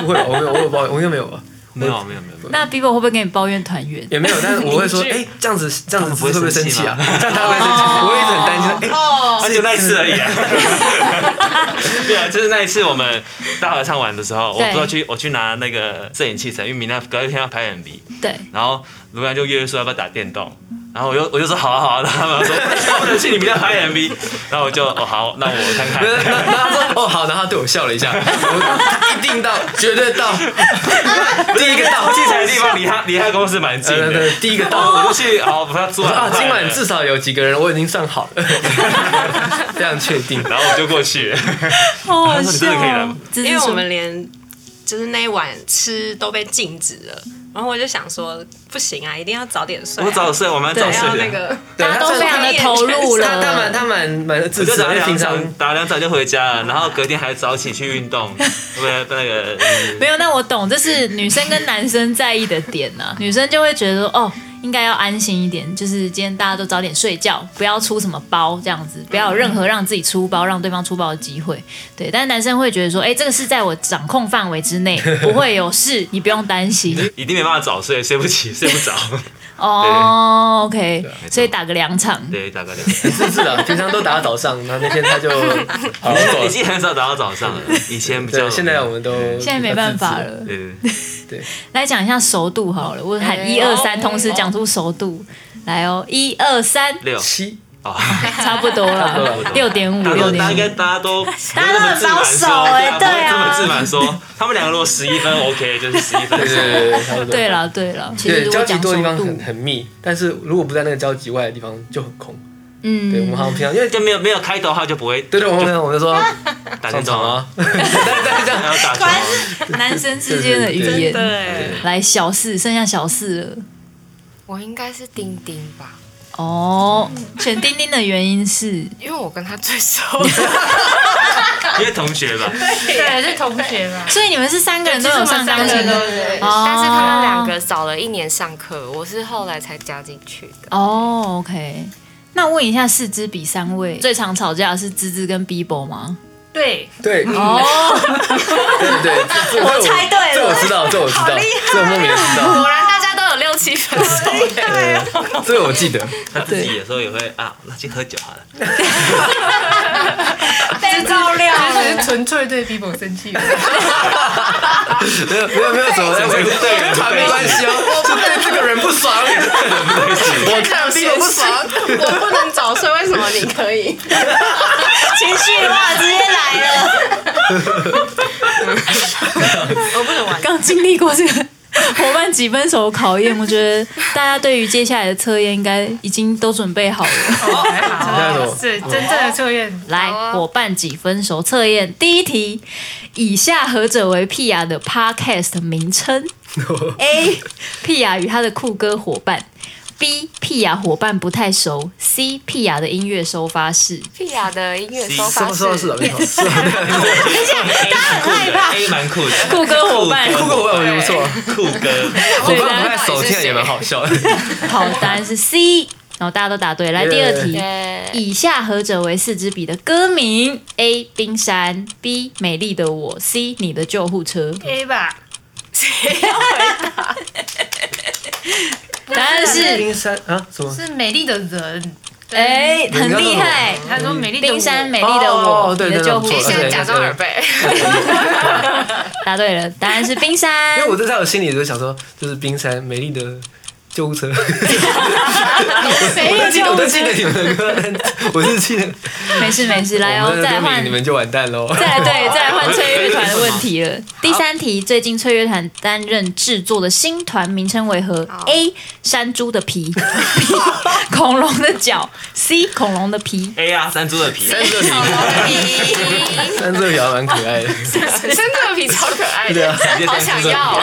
[SPEAKER 3] 不会吧？我没有，我有抱怨，我应该没有吧？
[SPEAKER 4] 没有没有没有没有，
[SPEAKER 2] 那 Bibo 会不会跟你抱怨团员？
[SPEAKER 3] 也没有，但是我会说，
[SPEAKER 6] 邻居
[SPEAKER 3] 哎，这样子这样
[SPEAKER 4] 他
[SPEAKER 3] 子
[SPEAKER 4] 们不会
[SPEAKER 3] 会不会生
[SPEAKER 4] 生
[SPEAKER 3] 气
[SPEAKER 4] 气
[SPEAKER 3] 啊
[SPEAKER 4] 吗？
[SPEAKER 3] 这样他会不会生气，我会一直很担心。哎，
[SPEAKER 2] 哦
[SPEAKER 4] 而且那一次而 已啊。 对啊，就是那一次我们大合唱完的时候，我
[SPEAKER 2] 对
[SPEAKER 4] 不知道去我去拿那个摄影器材，因为明天隔一天要拍 MV，
[SPEAKER 2] 对，
[SPEAKER 4] 然后卢安就约说要不要打电动。然后我就我就说好啊好啊，然后他们说 那不能去你们家拍 MV，然后我就哦好，那我看看
[SPEAKER 3] 没有，那那他说哦好，然后他对我笑了一下，我一定到，绝对到，第一个到，
[SPEAKER 4] 器材的地方离他离他公司蛮近
[SPEAKER 3] 呃，对
[SPEAKER 4] 的
[SPEAKER 3] 对，，第一个
[SPEAKER 4] 然
[SPEAKER 3] 到。
[SPEAKER 4] 后我就去好，不要做
[SPEAKER 3] 我说
[SPEAKER 4] 完
[SPEAKER 3] 啊，
[SPEAKER 4] 了
[SPEAKER 3] 今晚至少有几个人我已经上好了， 非常确定。
[SPEAKER 4] 然后我就过去，
[SPEAKER 2] 好 好
[SPEAKER 4] 你真的可以来
[SPEAKER 2] 笑哦
[SPEAKER 4] 吗。
[SPEAKER 2] 这是
[SPEAKER 7] 因为我
[SPEAKER 2] 什么
[SPEAKER 7] 们连就是那一晚吃都被禁止了，然后我就想说不行啊，一定要早点睡、啊。
[SPEAKER 4] 我早睡，我蛮早
[SPEAKER 7] 还要那
[SPEAKER 4] 睡的。
[SPEAKER 7] 个
[SPEAKER 3] 大
[SPEAKER 2] 都非常的投入了
[SPEAKER 3] 他他蛮他蛮蛮
[SPEAKER 4] 我
[SPEAKER 3] 自
[SPEAKER 4] 就
[SPEAKER 3] 私
[SPEAKER 4] 打
[SPEAKER 3] 的，因为
[SPEAKER 4] 两
[SPEAKER 3] 哎平常
[SPEAKER 4] 场，打两场就回家了，然后隔天还早起去运动， 对不对？那个嗯
[SPEAKER 2] 没有，那我懂，这是女生跟男生在意的点呢、女生就会觉得说，哦，应该要安心一点，就是今天大家都早点睡觉，不要出什么包这样子，不要有任何让自己出包、让对方出包的机会。对，但是男生会觉得说，哎，这个是在我掌控范围之内，不会有事，你不用担心。
[SPEAKER 4] 一定没办法早睡，睡不起，睡不着。
[SPEAKER 2] 哦，OK，
[SPEAKER 4] 错
[SPEAKER 2] 所以打个两场。
[SPEAKER 4] 对，大概两
[SPEAKER 3] 自私啊的，平常都打早上，然后那天 他就好
[SPEAKER 4] 已经
[SPEAKER 3] 走
[SPEAKER 4] 已经很少打到早上了，以前比较。
[SPEAKER 3] 对，现在我们都
[SPEAKER 2] 现在没办法了，
[SPEAKER 4] 对对对
[SPEAKER 2] 来讲一下熟度好了。我喊
[SPEAKER 5] 哎
[SPEAKER 2] 一二三，
[SPEAKER 5] 哦
[SPEAKER 2] 同时讲出熟度，来哦，一二三，
[SPEAKER 4] 六
[SPEAKER 3] 七，
[SPEAKER 4] 哦，
[SPEAKER 2] 差不多了，六点五，
[SPEAKER 4] 大家
[SPEAKER 2] 六
[SPEAKER 4] 都大家
[SPEAKER 2] 点
[SPEAKER 4] 应该
[SPEAKER 2] 五。
[SPEAKER 4] 大家都
[SPEAKER 2] 大家都很保守哎
[SPEAKER 4] 不会
[SPEAKER 2] 对啊
[SPEAKER 4] 这么自满说，他们两个如果十一分 OK，就是十一分
[SPEAKER 3] 对。对对，差不多。
[SPEAKER 2] 对了对了，其实
[SPEAKER 3] 对，
[SPEAKER 2] 如
[SPEAKER 3] 交
[SPEAKER 2] 果
[SPEAKER 3] 集
[SPEAKER 2] 讲
[SPEAKER 3] 多
[SPEAKER 2] 熟
[SPEAKER 3] 的地方
[SPEAKER 2] 度
[SPEAKER 3] 很，很密，但是如果不在那个交集外的地方就很空。对，我们
[SPEAKER 2] 嗯，
[SPEAKER 3] 好像平常因为
[SPEAKER 4] 就没有没有开头的话就不会
[SPEAKER 3] 对对，我们平常我们就说
[SPEAKER 4] 打
[SPEAKER 3] 上
[SPEAKER 4] 电
[SPEAKER 3] 场
[SPEAKER 4] 动，
[SPEAKER 3] 啊，但但是这样
[SPEAKER 4] 还要打球啊。
[SPEAKER 2] 男生之间的语言。
[SPEAKER 7] 对，
[SPEAKER 2] 来，小四，剩下小四了。
[SPEAKER 5] 我应该是丁丁吧，
[SPEAKER 2] 哦，选丁丁的原因是，
[SPEAKER 5] 因为我跟他 最熟。
[SPEAKER 4] 啊因为同学吧，
[SPEAKER 6] 对，是同学啦。
[SPEAKER 2] 所以你们是三个人都有上钢琴
[SPEAKER 6] 对
[SPEAKER 2] 的
[SPEAKER 6] 对对
[SPEAKER 2] 哦
[SPEAKER 5] 但是他们两个早了一年上课，我是后来才加进去的。
[SPEAKER 2] 哦，OK。那问一下，四支比三位最常吵架的是芝芝跟 Bibo 吗？
[SPEAKER 6] 对，
[SPEAKER 3] 对对
[SPEAKER 2] 哦，
[SPEAKER 3] 对对，这这
[SPEAKER 1] 我猜对了
[SPEAKER 3] 这我知道，这我知道，
[SPEAKER 2] 啊
[SPEAKER 3] 这我莫名的知道，
[SPEAKER 5] 果然大家都有六七分熟，
[SPEAKER 3] 这个我记得。
[SPEAKER 4] 他自己有时候也会啊，那去喝酒好了。
[SPEAKER 1] 被爆料
[SPEAKER 6] 就只是纯粹对 people 生气了。
[SPEAKER 3] 没有没有没有什么，
[SPEAKER 4] 这
[SPEAKER 3] 跟
[SPEAKER 4] 个是对
[SPEAKER 3] 跟团没关系哦，是对这个人不爽，我看到这个不爽，
[SPEAKER 7] 我不能早睡，为什么你可以？
[SPEAKER 1] 情绪化直接来了，
[SPEAKER 2] 刚经历过这个伙伴几分手的考验，我觉得大家对于接下来的测验应该已经都准备好了。
[SPEAKER 6] 哦，还
[SPEAKER 3] 那种
[SPEAKER 6] 好，是真正的测验。
[SPEAKER 2] 来，伙伴几分熟测验第一题，以下何者为屁雅的 podcast 名 称？A. 屁雅与他的酷哥伙伴。B. 屁雅伙伴不太熟。C. 屁雅的音乐收发室。
[SPEAKER 5] 屁雅的音乐收
[SPEAKER 3] 什
[SPEAKER 5] 发
[SPEAKER 3] 么时候是
[SPEAKER 5] 室
[SPEAKER 3] 的，没错，是的，
[SPEAKER 4] 他很害怕。A 蛮酷的，
[SPEAKER 2] 酷哥伙伴
[SPEAKER 3] 酷狗我觉得不错，
[SPEAKER 4] 酷哥，
[SPEAKER 3] 我爸不太手听了也蛮好笑的，
[SPEAKER 2] 好，答案是 C。然后大家都答对。来，第二题。
[SPEAKER 5] 耶
[SPEAKER 2] 以下何者为四支笔的歌名？A. 冰山，B. 美丽的我，C. 你的救护车。
[SPEAKER 6] A 吧，
[SPEAKER 2] 答案是，
[SPEAKER 3] 冰山啊什么？
[SPEAKER 6] 是美丽的人。
[SPEAKER 2] 哎、很厉害，
[SPEAKER 6] 他说美丽的我
[SPEAKER 2] 冰山美丽的我，
[SPEAKER 3] 哦对
[SPEAKER 2] 你的
[SPEAKER 3] 对对
[SPEAKER 2] 救护
[SPEAKER 3] 我
[SPEAKER 5] 现
[SPEAKER 3] 错
[SPEAKER 5] 在
[SPEAKER 3] 了
[SPEAKER 2] 车。
[SPEAKER 5] 假装耳背，
[SPEAKER 2] 答对了，答案是冰山
[SPEAKER 3] 因为。我就在我心里就想说，就是冰山美丽的救护车，
[SPEAKER 2] 没
[SPEAKER 3] 我记得我都记得你们的歌，但我是记得
[SPEAKER 2] 没事没事，来
[SPEAKER 3] 我
[SPEAKER 2] 哦
[SPEAKER 3] 们，的
[SPEAKER 2] 再
[SPEAKER 3] 歌
[SPEAKER 2] 换
[SPEAKER 3] 名，你，们就完蛋喽。
[SPEAKER 2] 再来对，再来换崔玉团的问题了。第三题，最近翠乐团担任制作的新团名称为何
[SPEAKER 7] 好
[SPEAKER 2] ？A. 山猪的 皮，B. 恐龙的脚，C. 恐龙的 皮。
[SPEAKER 4] A 啊，山猪的皮，
[SPEAKER 3] 三色皮，三色皮还蛮可爱的。
[SPEAKER 5] 真的皮超可爱
[SPEAKER 3] 对
[SPEAKER 5] 的，
[SPEAKER 3] 啊，直接
[SPEAKER 5] 好
[SPEAKER 3] 三
[SPEAKER 5] 想
[SPEAKER 3] 色皮
[SPEAKER 5] 要。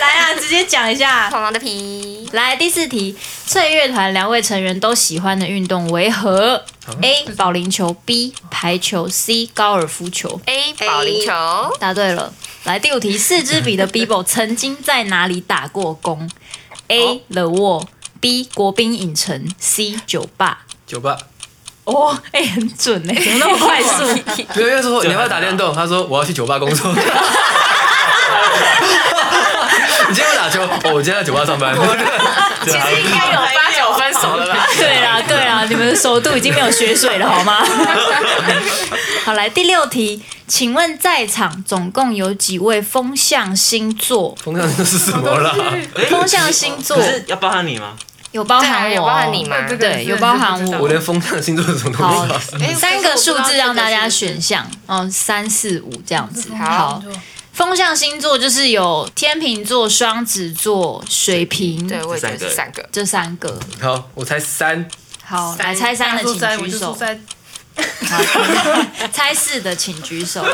[SPEAKER 2] 来啊，直接讲一下。
[SPEAKER 5] 恐龙的皮，
[SPEAKER 2] 来，第四题，翠乐团两位成员都喜欢的运动为何？A. 保龄球，B. 排球，C. 高尔夫球。
[SPEAKER 5] A 保龄球，
[SPEAKER 2] 答对了。来第五题，四支笔的 Bibo 曾经在哪里打过工？A. 冷沃，B. 国宾影城，C. 酒吧。
[SPEAKER 3] 酒吧。
[SPEAKER 2] 哦，哎、很准哎、 怎么那么快 速？
[SPEAKER 3] 没有，因为说你要不要打电动？他说我要去酒吧 工作。你今天要打球？哦，我今天在酒吧 上班。
[SPEAKER 4] 其实
[SPEAKER 5] 应该有八九分熟了吧？
[SPEAKER 2] 对啦，对啦，你们的首度已经没有血水了，好 吗？好，来第六题，请问在场总共有几位风象星座？
[SPEAKER 3] 风向是什么啦？
[SPEAKER 2] 风象星座
[SPEAKER 4] 可是要包含你吗？
[SPEAKER 2] 有包
[SPEAKER 5] 对
[SPEAKER 2] 含
[SPEAKER 5] 啊，
[SPEAKER 2] 我，
[SPEAKER 5] 有包含你？吗？
[SPEAKER 6] 这个
[SPEAKER 2] 对，有包含我
[SPEAKER 3] 我。连风向星座是什么
[SPEAKER 2] 好
[SPEAKER 3] 东
[SPEAKER 5] 哎
[SPEAKER 3] 西啊？
[SPEAKER 2] 三个数字让大家选项，嗯，三四五这样子。好，风象星座就是有天秤座、双子座、水瓶
[SPEAKER 5] 对，我也觉得是三个。
[SPEAKER 2] 这三个。
[SPEAKER 3] 好，我猜三，
[SPEAKER 2] 好，来猜三的
[SPEAKER 6] 大家说三
[SPEAKER 2] 请
[SPEAKER 6] 我
[SPEAKER 2] 举
[SPEAKER 6] 就说
[SPEAKER 2] 手，
[SPEAKER 6] 三
[SPEAKER 2] 猜四的请举 手。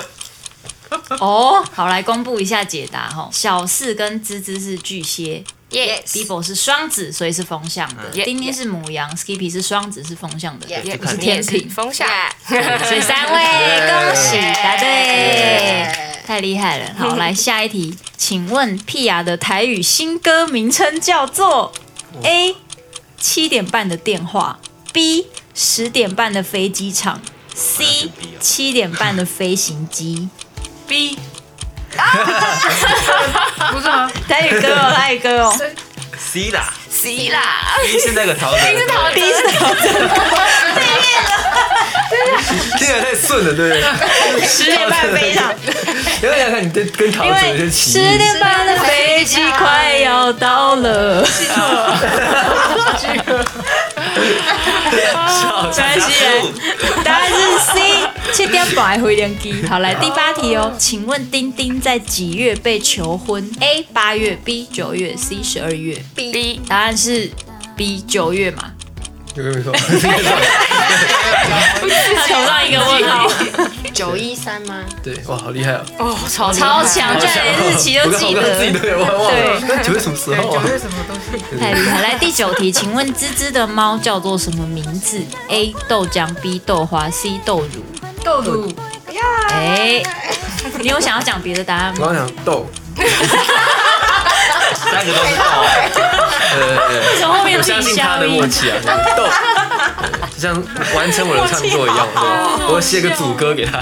[SPEAKER 2] 哦，好，来公布一下解答哈。小四跟芝芝是巨蟹
[SPEAKER 5] Yes，
[SPEAKER 2] ，Bibo 是双子，所以是风象的。
[SPEAKER 5] Yeah，
[SPEAKER 2] 丁丁是母羊，Skippy 是双子，是风象的。
[SPEAKER 5] Yeah，
[SPEAKER 2] 对
[SPEAKER 4] 就
[SPEAKER 2] 我
[SPEAKER 4] 看
[SPEAKER 2] 是
[SPEAKER 4] 你
[SPEAKER 2] 天
[SPEAKER 5] 是
[SPEAKER 2] 秤，
[SPEAKER 5] 风向，
[SPEAKER 2] 所以三位，恭喜答对
[SPEAKER 5] Yeah，
[SPEAKER 2] 太厉害了。 好，来下一题，请问屁雅的台语新歌名称叫做 A 七点半的电话，B 十点半的飞机场
[SPEAKER 4] 好像是
[SPEAKER 2] ，C
[SPEAKER 4] B 哦
[SPEAKER 2] 七点半的飞行机。
[SPEAKER 6] B，不 是吗？
[SPEAKER 2] 台语歌哦，台语歌哦
[SPEAKER 4] C 啦
[SPEAKER 5] C 啦，
[SPEAKER 4] ，B 是那个 陶喆的歌，
[SPEAKER 2] ，B 是
[SPEAKER 3] 听起来太顺了，对不对？
[SPEAKER 2] 十点半飞 机场，
[SPEAKER 3] 你要想看你跟跟陶
[SPEAKER 2] 因
[SPEAKER 3] 喆有
[SPEAKER 2] 为
[SPEAKER 3] 些
[SPEAKER 2] 十
[SPEAKER 3] 歧义。
[SPEAKER 2] 点半的飞机快要到了。
[SPEAKER 4] 笑死
[SPEAKER 2] 哦关系 答案是 C，去掉百回人机。好，来第八题哦，请问丁丁在几月被求婚？A 八月，B 九月，C 十二月。
[SPEAKER 5] B
[SPEAKER 2] 答案是 B 九月嘛？
[SPEAKER 3] 有没 有错？
[SPEAKER 2] 他头上一个问号，
[SPEAKER 7] 九一三吗？
[SPEAKER 3] 对，哇，好厉害哦！
[SPEAKER 5] 哦，超
[SPEAKER 2] 超强，居然连日期都
[SPEAKER 3] 我刚
[SPEAKER 2] 记
[SPEAKER 3] 我刚自己
[SPEAKER 2] 得。
[SPEAKER 3] 都有忘了。那九月什么时候啊
[SPEAKER 6] 九？月什么东西？
[SPEAKER 2] 太厉害！来第九题，请问芝芝的猫叫做什么名字？A 豆浆，B 豆花，C 豆乳。
[SPEAKER 6] 豆乳，
[SPEAKER 2] 哎、 你有想要讲别的答案
[SPEAKER 3] 我
[SPEAKER 2] 吗？
[SPEAKER 3] 刚想 豆，
[SPEAKER 4] 三个都 是豆，
[SPEAKER 3] 呃，
[SPEAKER 2] 为什么后面
[SPEAKER 3] 啊我
[SPEAKER 2] 有
[SPEAKER 3] 相
[SPEAKER 2] 自己
[SPEAKER 3] 信他
[SPEAKER 2] 消
[SPEAKER 3] 的
[SPEAKER 2] 音
[SPEAKER 3] 默？契啊， 豆，就像完成我的创作一样，
[SPEAKER 2] 啊
[SPEAKER 3] 对我写个主歌给他。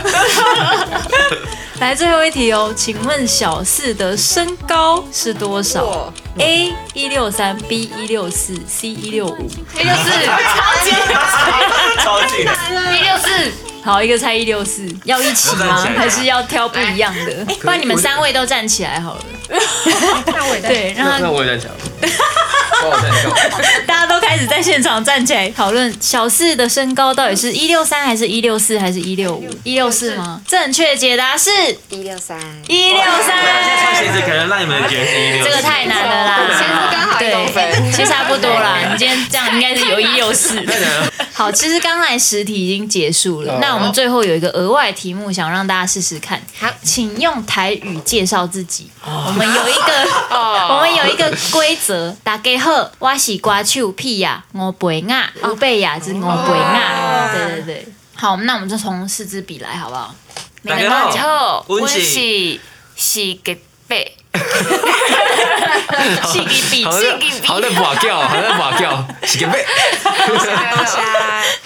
[SPEAKER 2] 来最后一题哦，请问小四的身高是多少？A 一六三，B 一六四，C 一六五。
[SPEAKER 5] 一六四，
[SPEAKER 4] 超近，
[SPEAKER 5] 一六四，
[SPEAKER 2] 好，一个猜一六四，要一起
[SPEAKER 4] 要站
[SPEAKER 2] 吗？
[SPEAKER 4] 起来
[SPEAKER 2] 还是要挑不一样的？不然你们三位都站起来好了。对，让
[SPEAKER 3] 那那
[SPEAKER 2] 他
[SPEAKER 3] 我也站起来了，帮我站起来。
[SPEAKER 2] 大家都开始在现场站起来讨论小四的身高到底是一六三还是一六四还是一六五？一六四吗？正确解答是
[SPEAKER 7] 一六三，
[SPEAKER 2] 一六三。
[SPEAKER 4] 穿鞋子可能让你们觉得是一六，
[SPEAKER 2] 这个太难了啦，
[SPEAKER 5] 其实刚好一公分
[SPEAKER 2] 对，其实差不多 啦。你今天这样应该是有一有四。 好，其实刚才十题已经结束
[SPEAKER 5] 哦
[SPEAKER 2] 了，那我们最后有一个额外题目想让大家试试看。好，请用台语介绍自己。
[SPEAKER 4] 哦
[SPEAKER 2] 我们有一个，
[SPEAKER 5] 哦
[SPEAKER 2] 我们有一个规则，打给贺，我是瓜丘屁呀，我贝亚，
[SPEAKER 5] 哦
[SPEAKER 2] 乌贝亚是我贝亚。对对对，好，那我们就从四支笔来好不好？
[SPEAKER 4] 大家
[SPEAKER 5] 然
[SPEAKER 4] 好，
[SPEAKER 5] 后
[SPEAKER 4] 温
[SPEAKER 5] 温
[SPEAKER 4] 习
[SPEAKER 5] 是是给背，
[SPEAKER 2] 四支笔
[SPEAKER 3] 好，像在好像在拔掉，好像在拔掉，洗个背。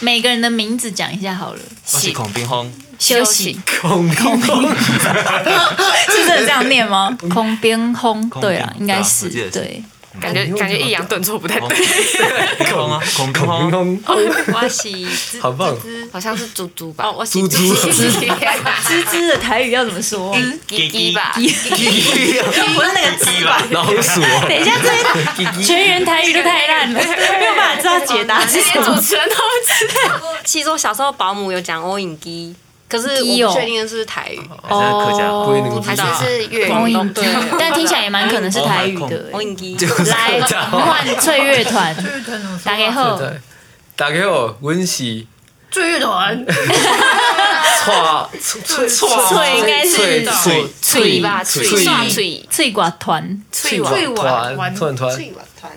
[SPEAKER 2] 每个人的名字讲一下好了。
[SPEAKER 4] 我是孔冰轰，
[SPEAKER 2] 休息。
[SPEAKER 3] 空 空空，
[SPEAKER 2] 是真的这样念吗？空冰轰，对啊，应该是
[SPEAKER 4] 我记得是
[SPEAKER 2] 对。
[SPEAKER 5] 感觉感觉抑扬顿挫不太对，
[SPEAKER 4] 冰 轰啊，孔冰
[SPEAKER 3] 空
[SPEAKER 4] 轰，
[SPEAKER 2] 哦
[SPEAKER 3] 空，
[SPEAKER 5] 我是
[SPEAKER 3] 好棒！
[SPEAKER 5] 好像是猪猪吧，哦，我是
[SPEAKER 3] 猪猪
[SPEAKER 2] 吱吱的台语要怎么说？
[SPEAKER 5] 鸡鸡吧，
[SPEAKER 2] 不是那个吱吧？
[SPEAKER 3] 老鼠哦，
[SPEAKER 2] 等一下，这全员台语都太烂了， 没有办法知道解答是什
[SPEAKER 5] 连主
[SPEAKER 2] 么。
[SPEAKER 5] 持人都不知道。
[SPEAKER 7] 其实我小时候保姆有讲欧影机，可是我不确定是不是台语，啊
[SPEAKER 4] 还是客家话
[SPEAKER 2] 哦
[SPEAKER 3] 不一定是
[SPEAKER 7] 还是
[SPEAKER 3] 不是
[SPEAKER 7] 是粤
[SPEAKER 5] 广
[SPEAKER 7] 语。
[SPEAKER 5] 东对，
[SPEAKER 2] 但听起来也蛮可能是台语的。
[SPEAKER 7] 我应该
[SPEAKER 3] 就是
[SPEAKER 2] 来
[SPEAKER 3] 客家话。
[SPEAKER 2] 换翠乐 团，打给后，
[SPEAKER 3] 对，打给我，温习
[SPEAKER 6] 追乐团，
[SPEAKER 3] 错错啊
[SPEAKER 2] 翠应该是
[SPEAKER 3] 翠
[SPEAKER 2] 翠吧，
[SPEAKER 3] 翠
[SPEAKER 2] 翠
[SPEAKER 3] 翠
[SPEAKER 2] 翠翠寡团。
[SPEAKER 3] 翠团团团
[SPEAKER 7] 翠瓦团，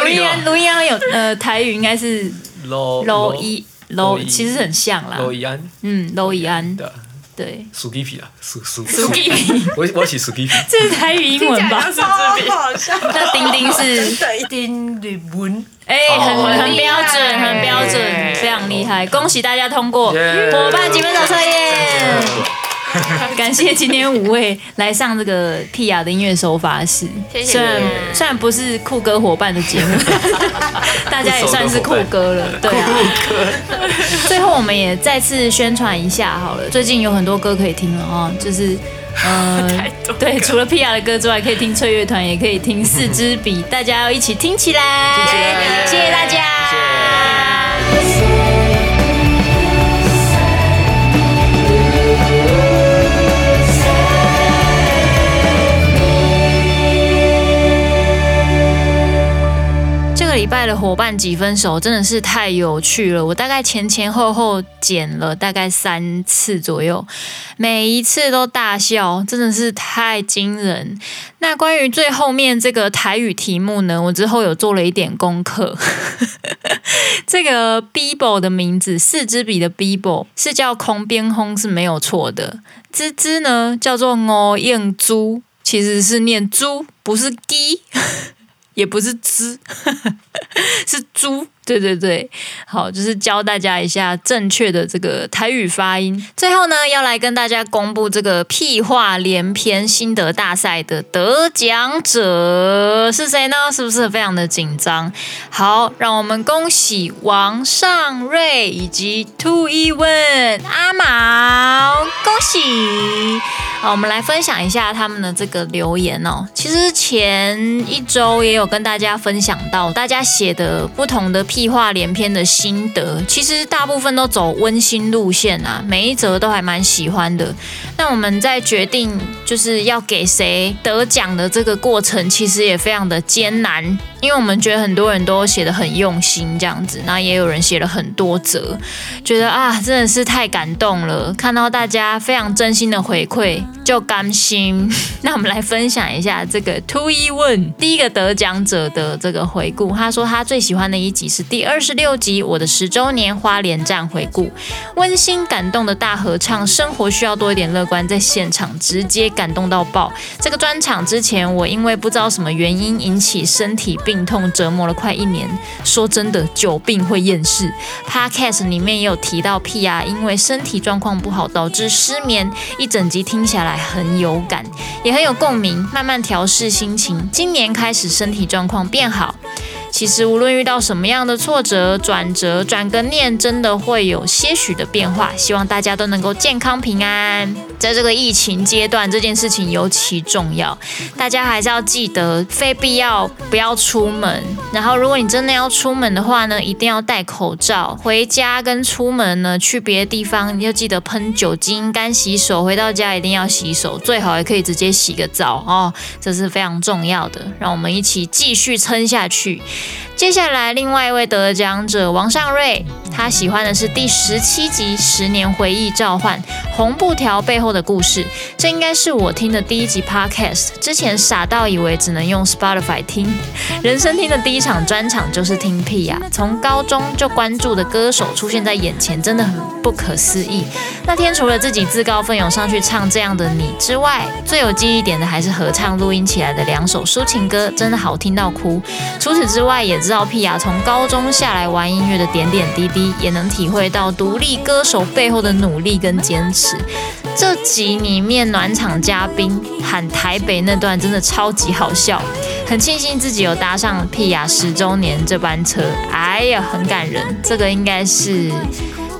[SPEAKER 2] 卢一安，卢一安有呃台语应该是
[SPEAKER 3] 楼
[SPEAKER 2] 哦楼一啊
[SPEAKER 3] 楼
[SPEAKER 2] 楼，
[SPEAKER 3] 一
[SPEAKER 2] 其实很像啦。
[SPEAKER 3] 楼一安
[SPEAKER 2] 嗯，楼一安，
[SPEAKER 3] 的
[SPEAKER 2] 对，
[SPEAKER 3] 苏皮皮啊，苏苏
[SPEAKER 2] 苏吉，
[SPEAKER 3] 我 我起苏皮皮，
[SPEAKER 2] 这是台语英文吧？
[SPEAKER 7] 好笑。
[SPEAKER 2] 那丁丁是，
[SPEAKER 6] 丁日文，
[SPEAKER 2] 哎，
[SPEAKER 3] 哦
[SPEAKER 2] 很很
[SPEAKER 6] 很厉
[SPEAKER 2] 标
[SPEAKER 6] 害
[SPEAKER 2] 准，很标准，非常厉害，恭喜大家通过
[SPEAKER 3] 耶
[SPEAKER 2] 伙伴积分手测验。感谢今天五位来上这个 p 雅的音乐手法室，
[SPEAKER 7] 谢谢
[SPEAKER 2] 虽然虽然不是酷哥伙伴的节目， 大家也算是酷哥了，对啊。最后我们也再次宣传一下好了，最近有很多歌可以听了哦，就是。 呃，对，除了 p 雅的歌之外，可以听翠乐团，也可以听四支笔，大家要一起听起来。谢谢大家。这个礼拜的伙伴几分熟真的是太有趣了，我大概前前后后剪了大概三次左右，每一次都大笑，真的是太惊人。那关于最后面这个台语题目呢，我之后有做了一点功课。 这个 Bibo 的名字，四支笔的 Bibo 是叫空边轰是没有错的，芝芝呢叫做哦燕猪，其实是念猪，不是鸡。 也不是猪，是猪。对对对，好，就是教大家一下正确的这个台语发音。最后呢，要来跟大家公布这个屁话连篇心得大赛的得奖者是谁呢？是不是非常的紧张？好，让我们恭喜王尚瑞以及 To e w n 阿毛，恭喜！好，我们来分享一下他们的这个留言哦。其实前一周也有跟大家分享到，大家写的不同的屁话连篇的心得，其实大部分都走温馨路线啊，每一则都还蛮喜欢的。那我们在决定就是要给谁得奖的这个过程，其实也非常的艰难，因为我们觉得很多人都写的很用心这样子，那也有人写了很多折，觉得啊真的是太感动了，看到大家非常真心的回馈就甘心。 那我们来分享一下这个 Two E One 第一个得奖者的这个回顾，他说他最喜欢的一集是第二十六集《我的十周年花莲站回顾》，温馨感动的大合唱，生活需要多一点乐观，在现场直接感动到爆。这个专场之前，我因为不知道什么原因引起身体病痛，折磨了快一年。说真的，久病会厌世。Podcast 里面也有提到 PR，因为身体状况不好导致失眠，一整集听下来很有感，也很有共鸣，慢慢调试心情。今年开始身体状况变好，其实无论遇到什么样的挫折、转折，转个念，真的会有些许的变化。希望大家都能够健康平安。在这个疫情阶段，这件事情尤其重要，大家还是要记得非必要不要出门。然后，如果你真的要出门的话呢，一定要戴口罩。回家跟出门呢，去别的地方要记得喷酒精、干洗手。回到家一定要洗手，最好也可以直接洗个澡哦，这是非常重要的。让我们一起继续撑下去。接下来，另外一位得奖者王尚瑞，他喜欢的是第十七集《十年回忆召唤》红布条背后的故事。这应该是我听的第一集 podcast，之前傻到以为只能用 Spotify 听。人生听的第一场专场就是听屁呀、从高中就关注的歌手出现在眼前，真的很不可思议。那天除了自己自告奋勇上去唱这样的你之外，最有记忆点的还是合唱录音起来的两首抒情歌，真的好听到哭。除此之外，也知道屁雅从高中下来玩音乐的点点滴滴，也能体会到独立歌手背后的努力跟坚持。这集里面暖场嘉宾喊台北那段真的超级好笑，很庆幸自己有搭上屁雅十周年这班车，哎呀，很感人。这个应该是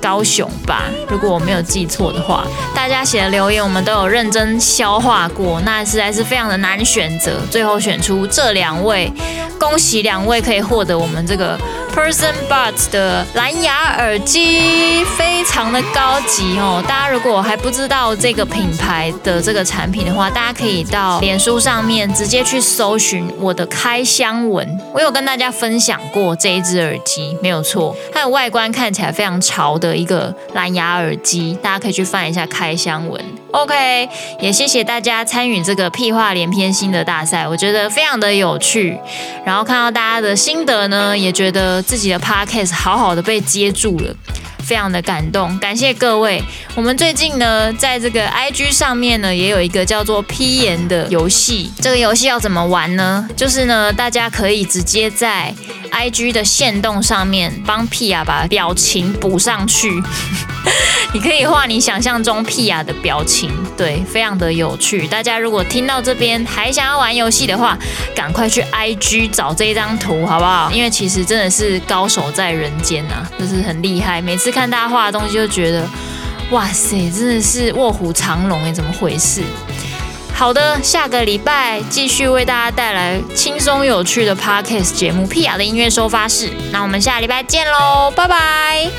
[SPEAKER 2] 高雄吧，如果我没有记错的话，大家写的留言我们都有认真消化过，那实在是非常的难选择，最后选出这两位，恭喜两位可以获得我们这个 Person Buds 的蓝牙耳机，非常的高级哦。大家如果还不知道这个品牌的这个产品的话，大家可以到脸书上面直接去搜寻我的开箱文，我有跟大家分享过这一只耳机，没有错，它的外观看起来非常潮的一个蓝牙耳机，大家可以去翻一下开箱文。OK，也谢谢大家参与这个屁话连篇新的大赛，我觉得非常的有趣。然后看到大家的心得呢，也觉得自己的 podcast 好好的被接住了。非常的感动，感谢各位。我们最近呢，在这个 IG 上面呢，也有一个叫做“批言”的游戏。这个游戏要怎么玩呢？就是呢，大家可以直接在 IG 的线动上面帮屁啊把表情补上去。你可以画你想象中屁雅的表情，对，非常的有趣。大家如果听到这边还想要玩游戏的话，赶快去 IG 找这一张图，好不好？因为其实真的是高手在人间呐、啊，就是很厉害。每次看大家画的东西，就觉得哇塞，真的是卧虎藏龙哎，怎么回事？好的，下个礼拜继续为大家带来轻松有趣的 podcast 节目《屁雅的音乐收发室》。那我们下礼拜见喽，拜拜。